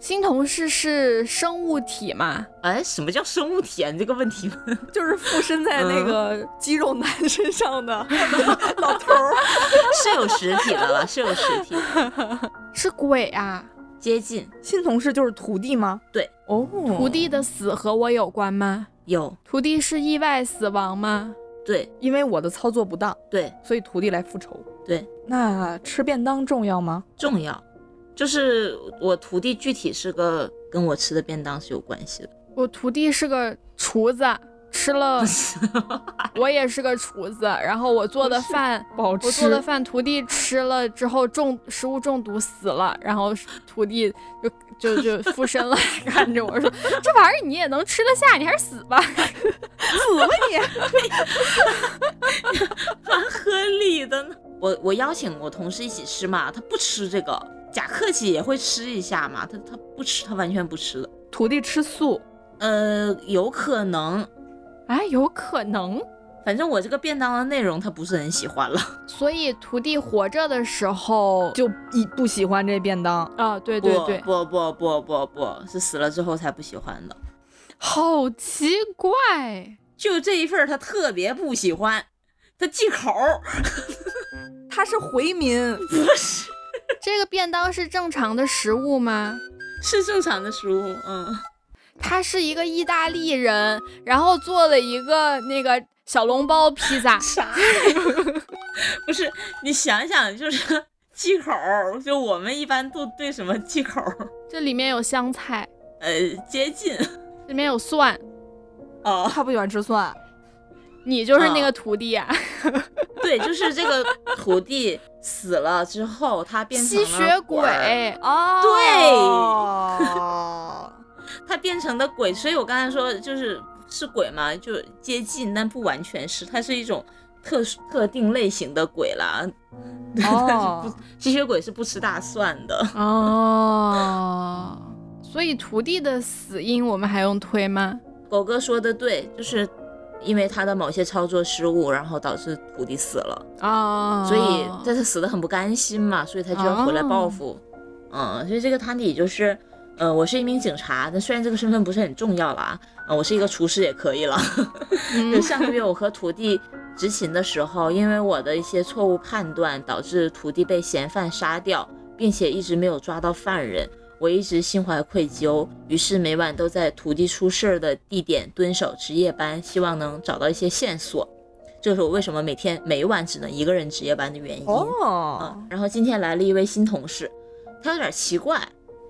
Speaker 3: 新同事是生物体吗？
Speaker 1: 哎，什么叫生物体啊？你这个问题问得
Speaker 2: 就是附身在那个肌肉男身上的老头儿。
Speaker 1: 是有实体的了，是有实体的，
Speaker 3: 是鬼啊？
Speaker 1: 接近
Speaker 2: 新同事就是徒弟吗？
Speaker 1: 对，
Speaker 2: 哦，
Speaker 3: 徒弟的死和我有关吗？
Speaker 1: 有，
Speaker 3: 徒弟是意外死亡吗？
Speaker 1: 对
Speaker 2: 因为我的操作不当，
Speaker 1: 对
Speaker 2: 所以徒弟来复仇。
Speaker 1: 对，
Speaker 2: 那吃便当重要吗？
Speaker 1: 重要。就是我徒弟具体是个跟我吃的便当是有关系的，
Speaker 3: 我徒弟是个厨子，吃了 我也是个厨子，然后我做的饭。
Speaker 2: 不好
Speaker 3: 我做的饭，徒弟吃了之后中食物中毒死了，然后徒弟就就就附身了， 看着我说：“这玩意儿你也能吃得下，你还是死吧。
Speaker 2: 死吧你！
Speaker 1: 蛮合理的呢。我我邀请我同事一起吃嘛，他不吃这个，假客气也会吃一下嘛，他他不吃，他完全不吃的。
Speaker 2: 徒弟吃素，
Speaker 1: 呃，有可能，”
Speaker 3: 哎，有可能。
Speaker 1: 反正我这个便当的内容他不是很喜欢了。
Speaker 3: 所以徒弟活着的时候就
Speaker 2: 就一不喜欢这便当。
Speaker 3: 啊，对对对，
Speaker 1: 不不不不不不，是死了之后才不喜欢的。
Speaker 3: 好奇怪。
Speaker 1: 就这一份儿他特别不喜欢，他忌口儿。
Speaker 2: 他是回民，
Speaker 3: 这个便当是正常的食物吗？
Speaker 1: 是正常的食物，嗯，。
Speaker 3: 他是一个意大利人，然后做了一个那个小笼包披萨
Speaker 1: 啥呀？不是，你想想，就是 忌口儿，就我们一般都对什么忌口儿，
Speaker 3: 这里面有香菜，
Speaker 1: 呃，接近
Speaker 3: 里面有蒜。
Speaker 1: 哦，
Speaker 2: 他不喜欢吃 蒜。
Speaker 3: 你就是那
Speaker 1: 啊
Speaker 3: 个徒弟啊，
Speaker 1: 对，就是这个徒弟死了之后，他 变成
Speaker 3: 吸
Speaker 1: 了
Speaker 3: 血鬼
Speaker 1: 鬼儿，
Speaker 2: 哦对，
Speaker 1: 他变成的鬼，所以我刚才说就是是鬼嘛，就接近，但不完全是，它是一种特殊特定类型的鬼啦。
Speaker 2: 哦，
Speaker 1: 吸血鬼是不吃大蒜的，
Speaker 3: 哦，所以徒弟的死因我们还用推吗？
Speaker 1: 狗哥说的对，就是因为他的某些操作失误，然后导致徒弟死了，
Speaker 3: 哦，
Speaker 1: 所以但他死的很不甘心嘛，所以他就要回来报复。嗯，所以这个汤底就是，呃，我是一名警察，但虽然这个身份不是很重要了啊，呃，我是一个厨师也可以了。就
Speaker 3: 嗯
Speaker 1: 上个月我和徒弟执勤的时候，因为我的一些错误判断，导致徒弟被嫌犯杀掉，并且一直没有抓到犯人。我一直心怀愧疚，于是每晚都在徒弟出事儿的地点蹲守值夜班，希望能找到一些线索。这是我为什么每天每晚只能一个人值夜班的原因。
Speaker 2: 哦
Speaker 1: 嗯，，然后今天来了一位新同事，他有点奇怪，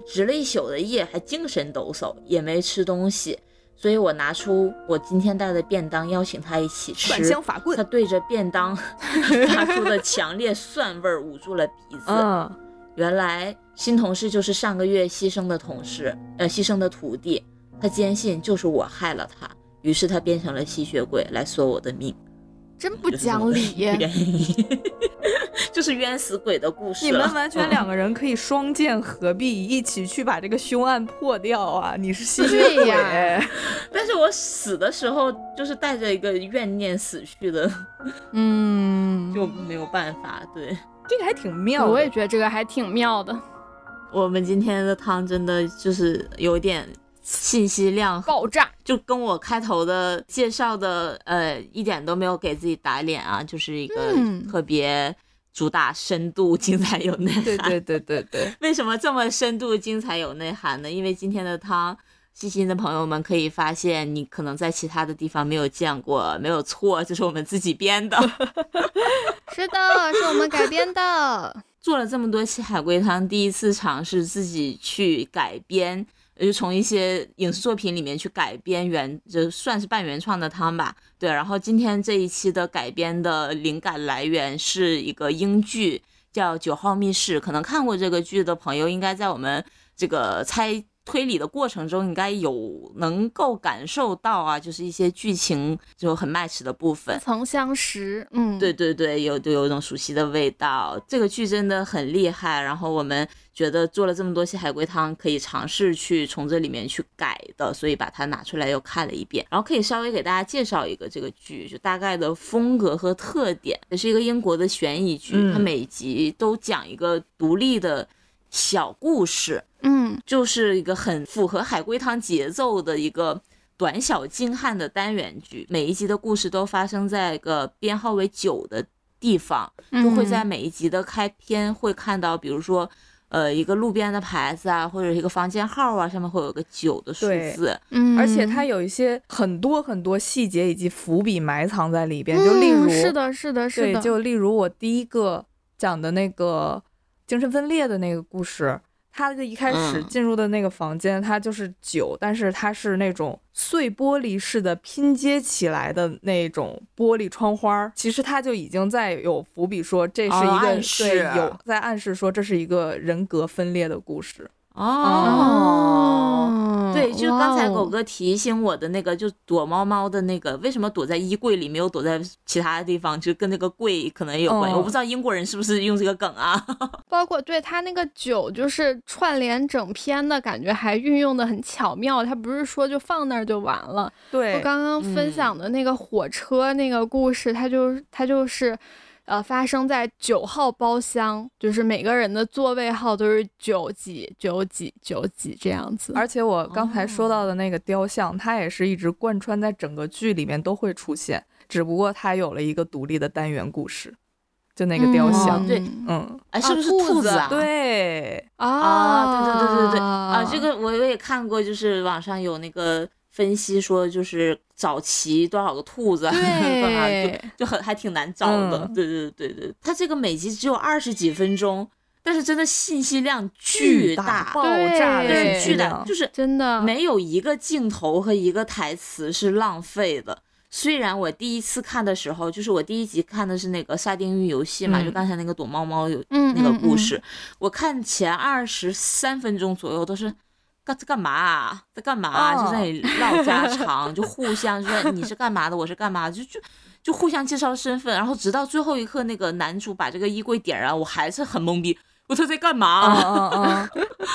Speaker 1: 值了一宿的夜还精神抖擞，也没吃东西，所以我拿出我今天带的便当邀请他一起
Speaker 2: 转
Speaker 1: 吃
Speaker 2: 向。法
Speaker 1: 他
Speaker 2: 棍。
Speaker 1: 对着便当 发出的强烈蒜味儿捂住了鼻子。
Speaker 2: 嗯，
Speaker 1: 原来新同事就是上个月牺牲的同事，呃，牺牲的徒弟。他坚信就是我害了他，于是他变成了吸血鬼来索我的命。
Speaker 3: 真不
Speaker 1: 就是这
Speaker 3: 讲
Speaker 1: 么个
Speaker 3: 理。
Speaker 1: 原因就是冤死鬼的故事
Speaker 2: 你
Speaker 1: 了。
Speaker 2: 们完全
Speaker 1: 嗯
Speaker 2: 两个人可以双剑合璧，一起去把这个凶案破掉啊！你是吸血
Speaker 3: 对
Speaker 2: 鬼，
Speaker 3: 呀
Speaker 1: 但是我死的时候就是带着一个怨念死去的，
Speaker 3: 嗯，
Speaker 1: 就没有办法。对
Speaker 2: 这个还挺妙的。
Speaker 3: 我也觉得这个还挺妙的，
Speaker 1: 我们今天的汤真的就是有点信息量，
Speaker 3: 爆炸。
Speaker 1: 就跟我开头的介绍的呃一点都没有给自己打脸啊，就是一个
Speaker 3: 嗯
Speaker 1: 特别主打深度、精彩有内涵。
Speaker 2: 对对对对对，
Speaker 1: 为什么这么深度、精彩有内涵呢？因为今天的汤细心的朋友们可以发现，你可能在其他的地方没有见过，没有错，这是我们自己编的。
Speaker 3: 是的，是我们改编的。
Speaker 1: 做了这么多期海龟汤，第一次尝试自己去改编，就从一些影视作品里面去改编原，就算是半原创的汤吧。对，然后今天这一期的改编的灵感来源是一个英剧，叫《九号密室》，可能看过这个剧的朋友，应该在我们这个猜。推理的过程中，应该有能够感受到啊，就是一些剧情就很 match 的部分，
Speaker 3: 曾相识，嗯，
Speaker 1: 对对对，有都有一种熟悉的味道。这个剧真的很厉害，然后我们觉得做了这么多期海龟汤，可以尝试去从这里面去改的，所以把它拿出来又看了一遍，然后可以稍微给大家介绍一个这个剧，就大概的风格和特点。也是一个英国的悬疑剧，
Speaker 2: 嗯
Speaker 1: 它每集都讲一个独立的小故事。
Speaker 3: 嗯，
Speaker 1: 就是一个很符合海龟汤节奏的一个短小精悍的单元剧。每一集的故事都发生在一个编号为九的地方，
Speaker 3: 嗯
Speaker 1: 就会在每一集的开篇会看到，比如说。呃，一个路边的牌子啊，或者一个房间号啊，上面会有个九的数
Speaker 2: 对
Speaker 1: 字。
Speaker 3: 嗯，嗯，
Speaker 2: 而且它有一些很多很多细节以及伏笔埋藏在里边，
Speaker 3: 嗯
Speaker 2: 就例如，
Speaker 3: 是的，是的，是
Speaker 2: 对，
Speaker 3: 的，
Speaker 2: 就例如我第一个讲的那个精神分裂的那个故事，他的一开始
Speaker 1: 嗯
Speaker 2: 进入的那个房间，它就是酒，但是它是那种碎玻璃式的拼接起来的那种玻璃窗花儿，其实它就已经在有伏笔说这是一个、
Speaker 1: 哦暗
Speaker 2: 对
Speaker 1: 示
Speaker 2: 有在暗示说这是一个人格分裂的故事。
Speaker 1: 哦，对，就刚才
Speaker 3: 哇哦
Speaker 1: 狗哥提醒我的那个，就躲猫猫的那个，为什么躲在衣柜里没有躲在其他的地方？就跟那个柜可能也有关系。
Speaker 2: 哦
Speaker 1: 我不知道英国人是不是用这个梗啊？
Speaker 3: 包括对他那个酒，就是串联整篇的感觉，还运用的很巧妙。他不是说就放那儿就完了。
Speaker 2: 对
Speaker 3: 我刚刚分享的那个火车那个故事，它就是它就是，呃，发生在九号包厢，就是每个人的座位号都是九几九几九几这样子。
Speaker 2: 而且我刚才
Speaker 1: 哦
Speaker 2: 说到的那个雕像，它也是一直贯穿在整个剧里面都会出现，只不过它有了一个独立的单元故事，就那个雕像
Speaker 3: 哦
Speaker 1: 嗯。对
Speaker 2: 嗯，
Speaker 1: 啊，是不是
Speaker 3: 兔
Speaker 1: 子
Speaker 3: 子
Speaker 1: 啊？
Speaker 2: 对，
Speaker 1: 啊，对对对对对
Speaker 3: 啊
Speaker 1: 啊，这个我我也看过，就是网上有那个分析说，就是找齐多少个兔子啊， 多少
Speaker 3: 对
Speaker 1: 就就很还挺难找的。
Speaker 2: 嗯
Speaker 1: 对对对对，它这个每集只有二十几分钟，但是真的信息量
Speaker 2: 巨
Speaker 1: 大，
Speaker 2: 爆炸的
Speaker 3: 对
Speaker 1: 对，
Speaker 2: 信息
Speaker 1: 巨
Speaker 2: 量嗯
Speaker 1: 大，就是
Speaker 3: 真的
Speaker 1: 没有一个镜头和一个台词是浪费的。虽然我第一次看的时候，就是我第一集看的是那个沙丁鱼游戏嘛，
Speaker 2: 嗯
Speaker 1: 就刚才那个躲猫猫有
Speaker 3: 嗯
Speaker 1: 那个
Speaker 3: 嗯
Speaker 1: 故
Speaker 3: 嗯
Speaker 1: 事，我看前二十三分钟左右都是。干干嘛、啊？在干嘛、啊？
Speaker 2: 哦
Speaker 1: 就在那里唠家常，就互相就说你是干嘛的，我是干嘛的，就就就互相介绍身份，然后直到最后一刻，那个男主把这个衣柜点燃，我还是很懵逼，我他在干嘛、
Speaker 2: 嗯
Speaker 1: 啊？
Speaker 2: 嗯嗯嗯，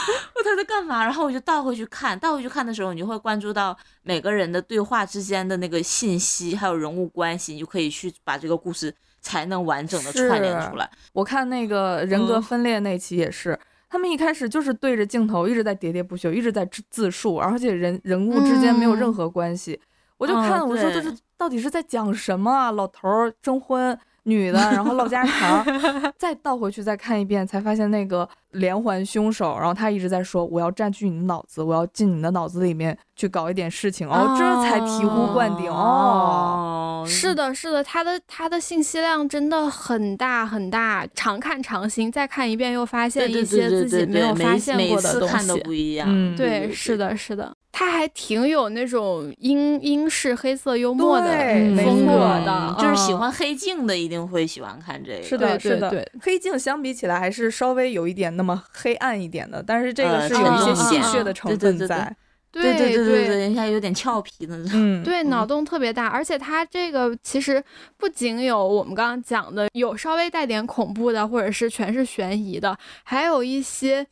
Speaker 1: 他在干嘛？然后我就倒回去看，倒回去看的时候，你就会关注到每个人的对话之间的那个信息，还有人物关系，你就可以去把这个故事才能完整的串联
Speaker 2: 是
Speaker 1: 出来。
Speaker 2: 我看那个人格
Speaker 1: 嗯
Speaker 2: 分裂那期也是。他们一开始就是对着镜头一直在喋喋不休，一直在自自述，而且人人物之间没有任
Speaker 3: 嗯
Speaker 2: 何关系。我就
Speaker 1: 嗯
Speaker 2: 看了，我说这
Speaker 1: 对
Speaker 2: 是到底是在讲什么啊？老头儿征婚，女的，然后唠 家常儿，再倒回去再看一遍，才发现那个连环凶手，然后他一直在说我要占据你的脑子，我要进你的脑子里面去搞一点事情，哦，这才醍醐灌顶哦。
Speaker 1: 哦
Speaker 3: 是的，是的，它的它的信息量真的很大很大，常看常新，再看一遍又发
Speaker 1: 对
Speaker 3: 现
Speaker 1: 对
Speaker 3: 一
Speaker 1: 对
Speaker 3: 些
Speaker 1: 对
Speaker 3: 自己
Speaker 1: 对
Speaker 3: 没有
Speaker 1: 对，
Speaker 3: 发
Speaker 1: 每
Speaker 3: 现
Speaker 1: 每
Speaker 3: 过的
Speaker 1: 次
Speaker 3: 东
Speaker 1: 看都
Speaker 3: 西。
Speaker 1: 不一样。
Speaker 2: 嗯，
Speaker 3: 对，是，的，是的，它还挺有那种英英式黑色幽默的
Speaker 2: 对
Speaker 1: 没
Speaker 3: 风格
Speaker 1: 错
Speaker 3: 的，
Speaker 1: 就是
Speaker 3: 嗯
Speaker 1: 喜欢黑镜的一定会喜欢看这个。
Speaker 2: 是
Speaker 3: 对
Speaker 2: 的，
Speaker 3: 对
Speaker 2: 是的，
Speaker 3: 对，
Speaker 2: 黑镜相比起来还是稍微有一点那么黑暗一点的，但是这个
Speaker 1: 呃
Speaker 2: 是有一些
Speaker 3: 嗯
Speaker 2: 戏
Speaker 3: 嗯
Speaker 2: 谑
Speaker 3: 嗯
Speaker 2: 的成
Speaker 1: 对对
Speaker 2: 分
Speaker 1: 对对
Speaker 2: 在，
Speaker 1: 对对对对
Speaker 3: 对
Speaker 1: 对，人家有点俏皮的那种。
Speaker 2: 嗯，
Speaker 3: 对，脑洞特别大，而且它这个其实不仅有我们刚刚讲的有稍微带点恐怖的，或者是全是悬疑的，还有一些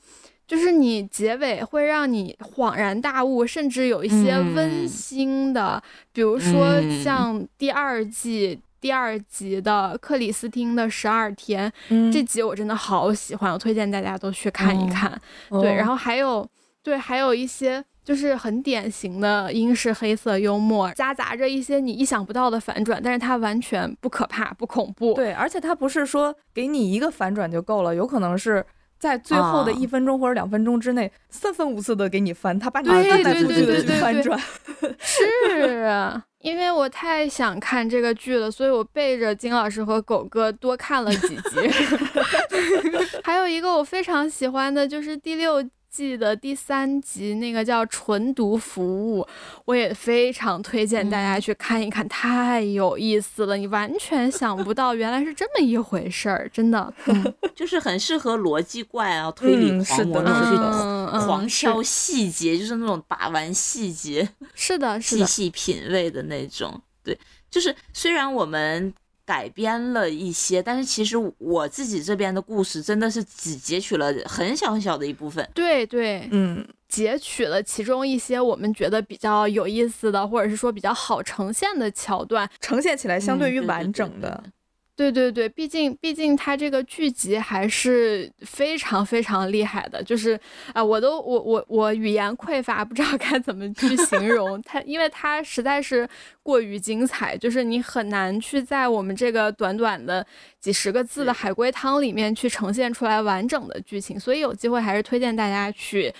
Speaker 3: 就是你结尾会让你恍然大悟，甚至有一些温
Speaker 1: 嗯
Speaker 3: 馨的，比如说
Speaker 1: 嗯
Speaker 3: 像第二季。第二集的克里斯汀的十二天，
Speaker 2: 嗯，
Speaker 3: 这集我真的好喜欢，我推荐大家都去看一
Speaker 2: 哦
Speaker 3: 看。对，然
Speaker 2: 后
Speaker 3: 后还有对，还有一些就是很典型的英式黑色幽默，夹杂着一些你意想不到的反转，但是它完全不可怕、不恐怖。
Speaker 2: 对，而且它不是说给你一个反转就够了，有可能是在最后的
Speaker 1: 啊
Speaker 2: 一分钟或者两分钟之内，三番五次的给你翻，他把你翻
Speaker 1: 对
Speaker 2: 来覆去
Speaker 1: 对
Speaker 2: 的
Speaker 1: 对
Speaker 2: 去
Speaker 1: 对
Speaker 2: 翻
Speaker 3: 对
Speaker 2: 转。
Speaker 3: 是 因为我太想看这个剧了，所以我背着金老师和狗哥多看了几集。 还有一个我非常喜欢的就是第六季的第三集，那个叫《纯读服务》，我也非常推荐大家去看一看，太有意思了，你完全想不到原来是这么一回事儿，真的。嗯
Speaker 1: 就是很适合逻辑怪啊、推理
Speaker 2: 嗯是
Speaker 1: 狂魔
Speaker 2: 的
Speaker 1: 那种去
Speaker 3: 嗯嗯
Speaker 1: 狂
Speaker 3: 是
Speaker 1: 挑细节，就是那种把玩细节、
Speaker 3: 是的，是
Speaker 1: 细
Speaker 3: 的，
Speaker 1: 细品味的那种。对，就是虽然我们改编了一些，但是其实我自己这边的故事真的是只截取了很小很小的一部分。
Speaker 3: 对对，
Speaker 2: 嗯，
Speaker 3: 截取了其中一些我们觉得比较有意思的，或者是说比较好呈现的桥段。
Speaker 2: 呈现起来相对于
Speaker 1: 嗯对对
Speaker 2: 完整的，
Speaker 3: 对对对，毕竟毕竟它这个剧集还是非常非常厉害的，就是啊、我都我我我语言匮乏，不知道该怎么去形容它，因为它实在是过于精彩，就是你很难去在我们这个短短的几十个字的海龟汤里面去呈现出来完整的剧情，所以有机会还是推荐大家去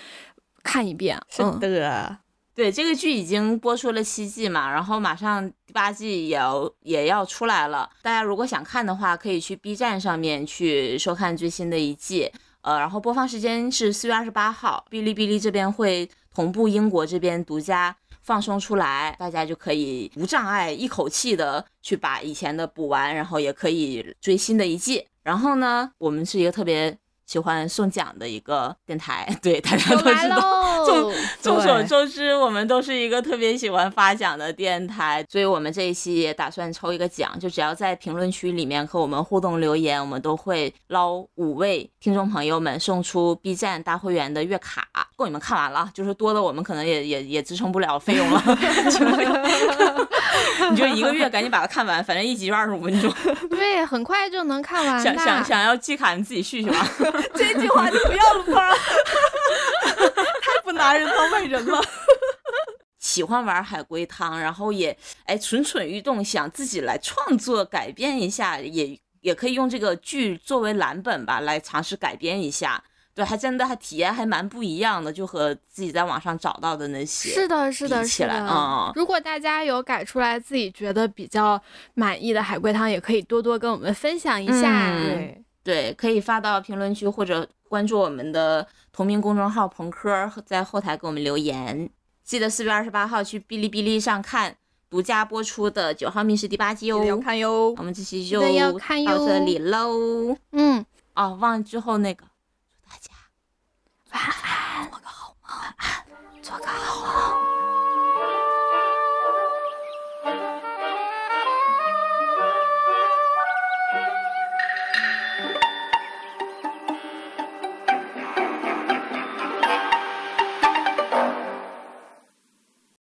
Speaker 3: 看一遍。嗯
Speaker 2: 的，
Speaker 1: 对，这个剧已经播出了七季嘛，然后马上第八季也要也要出来了。大家如果想看的话，可以去 B 站上面去收看最新的一季。呃，然后播放时间是四月二十八号，哔哩哔哩这边会同步英国这边独家放送出来，大家就可以无障碍一口气的去把以前的补完，然后也可以追新的一季。然后呢，我们是一个特别喜欢送奖的一个电台，对大家
Speaker 3: 又
Speaker 1: 都
Speaker 3: 来哦
Speaker 1: 知道。
Speaker 3: 喽！
Speaker 1: 众所
Speaker 2: 对
Speaker 1: 周知，我们都是一个特别喜欢发奖的电台，所以我们这一期也打算抽一个奖，就只要在评论区里面和我们互动留言，我们都会捞五位听众朋友们送出 B 站大会员的月卡，够你们看完了啊，就是多的我们可能也也也支撑不了费用了， 你就一个月赶紧把它看完，反正一集就二十五分钟，
Speaker 3: 对，很快就能看完
Speaker 1: 想
Speaker 3: 的。
Speaker 1: 想想要季卡你自己续续吧。
Speaker 2: 这句话就不要了吧， 太不拿人当外人了。
Speaker 1: 喜欢玩海龟汤，然后也哎蠢蠢欲动，想自己来创作改编一下，也也可以用这个剧作为蓝本吧，来尝试改编一下。对，还真的还体验还蛮不一样的，就和自己在网上找到的那些。
Speaker 3: 是的，是的，
Speaker 1: 比起
Speaker 3: 是
Speaker 1: 来
Speaker 3: 的。
Speaker 1: 嗯
Speaker 3: 如果大家有改出来自己觉得比较满意的海龟汤，也可以多多跟我们分享一下。
Speaker 1: 嗯
Speaker 2: 对，
Speaker 1: 对，可以发到评论区或者关注我们的同名公众号“朋科”，在后台给我们留言。记得四月二十八号去哔哩哔哩上看独家播出的《九号密室》第八季
Speaker 2: 记得要
Speaker 1: 哦。
Speaker 2: 看哟
Speaker 1: 我。们这期
Speaker 3: 记
Speaker 1: 就
Speaker 3: 得要看
Speaker 1: 到这
Speaker 3: 哟
Speaker 1: 里喽。
Speaker 3: 嗯，
Speaker 1: 啊，忘了之后那个，祝大家
Speaker 3: 晚安，做个好梦，做个好梦。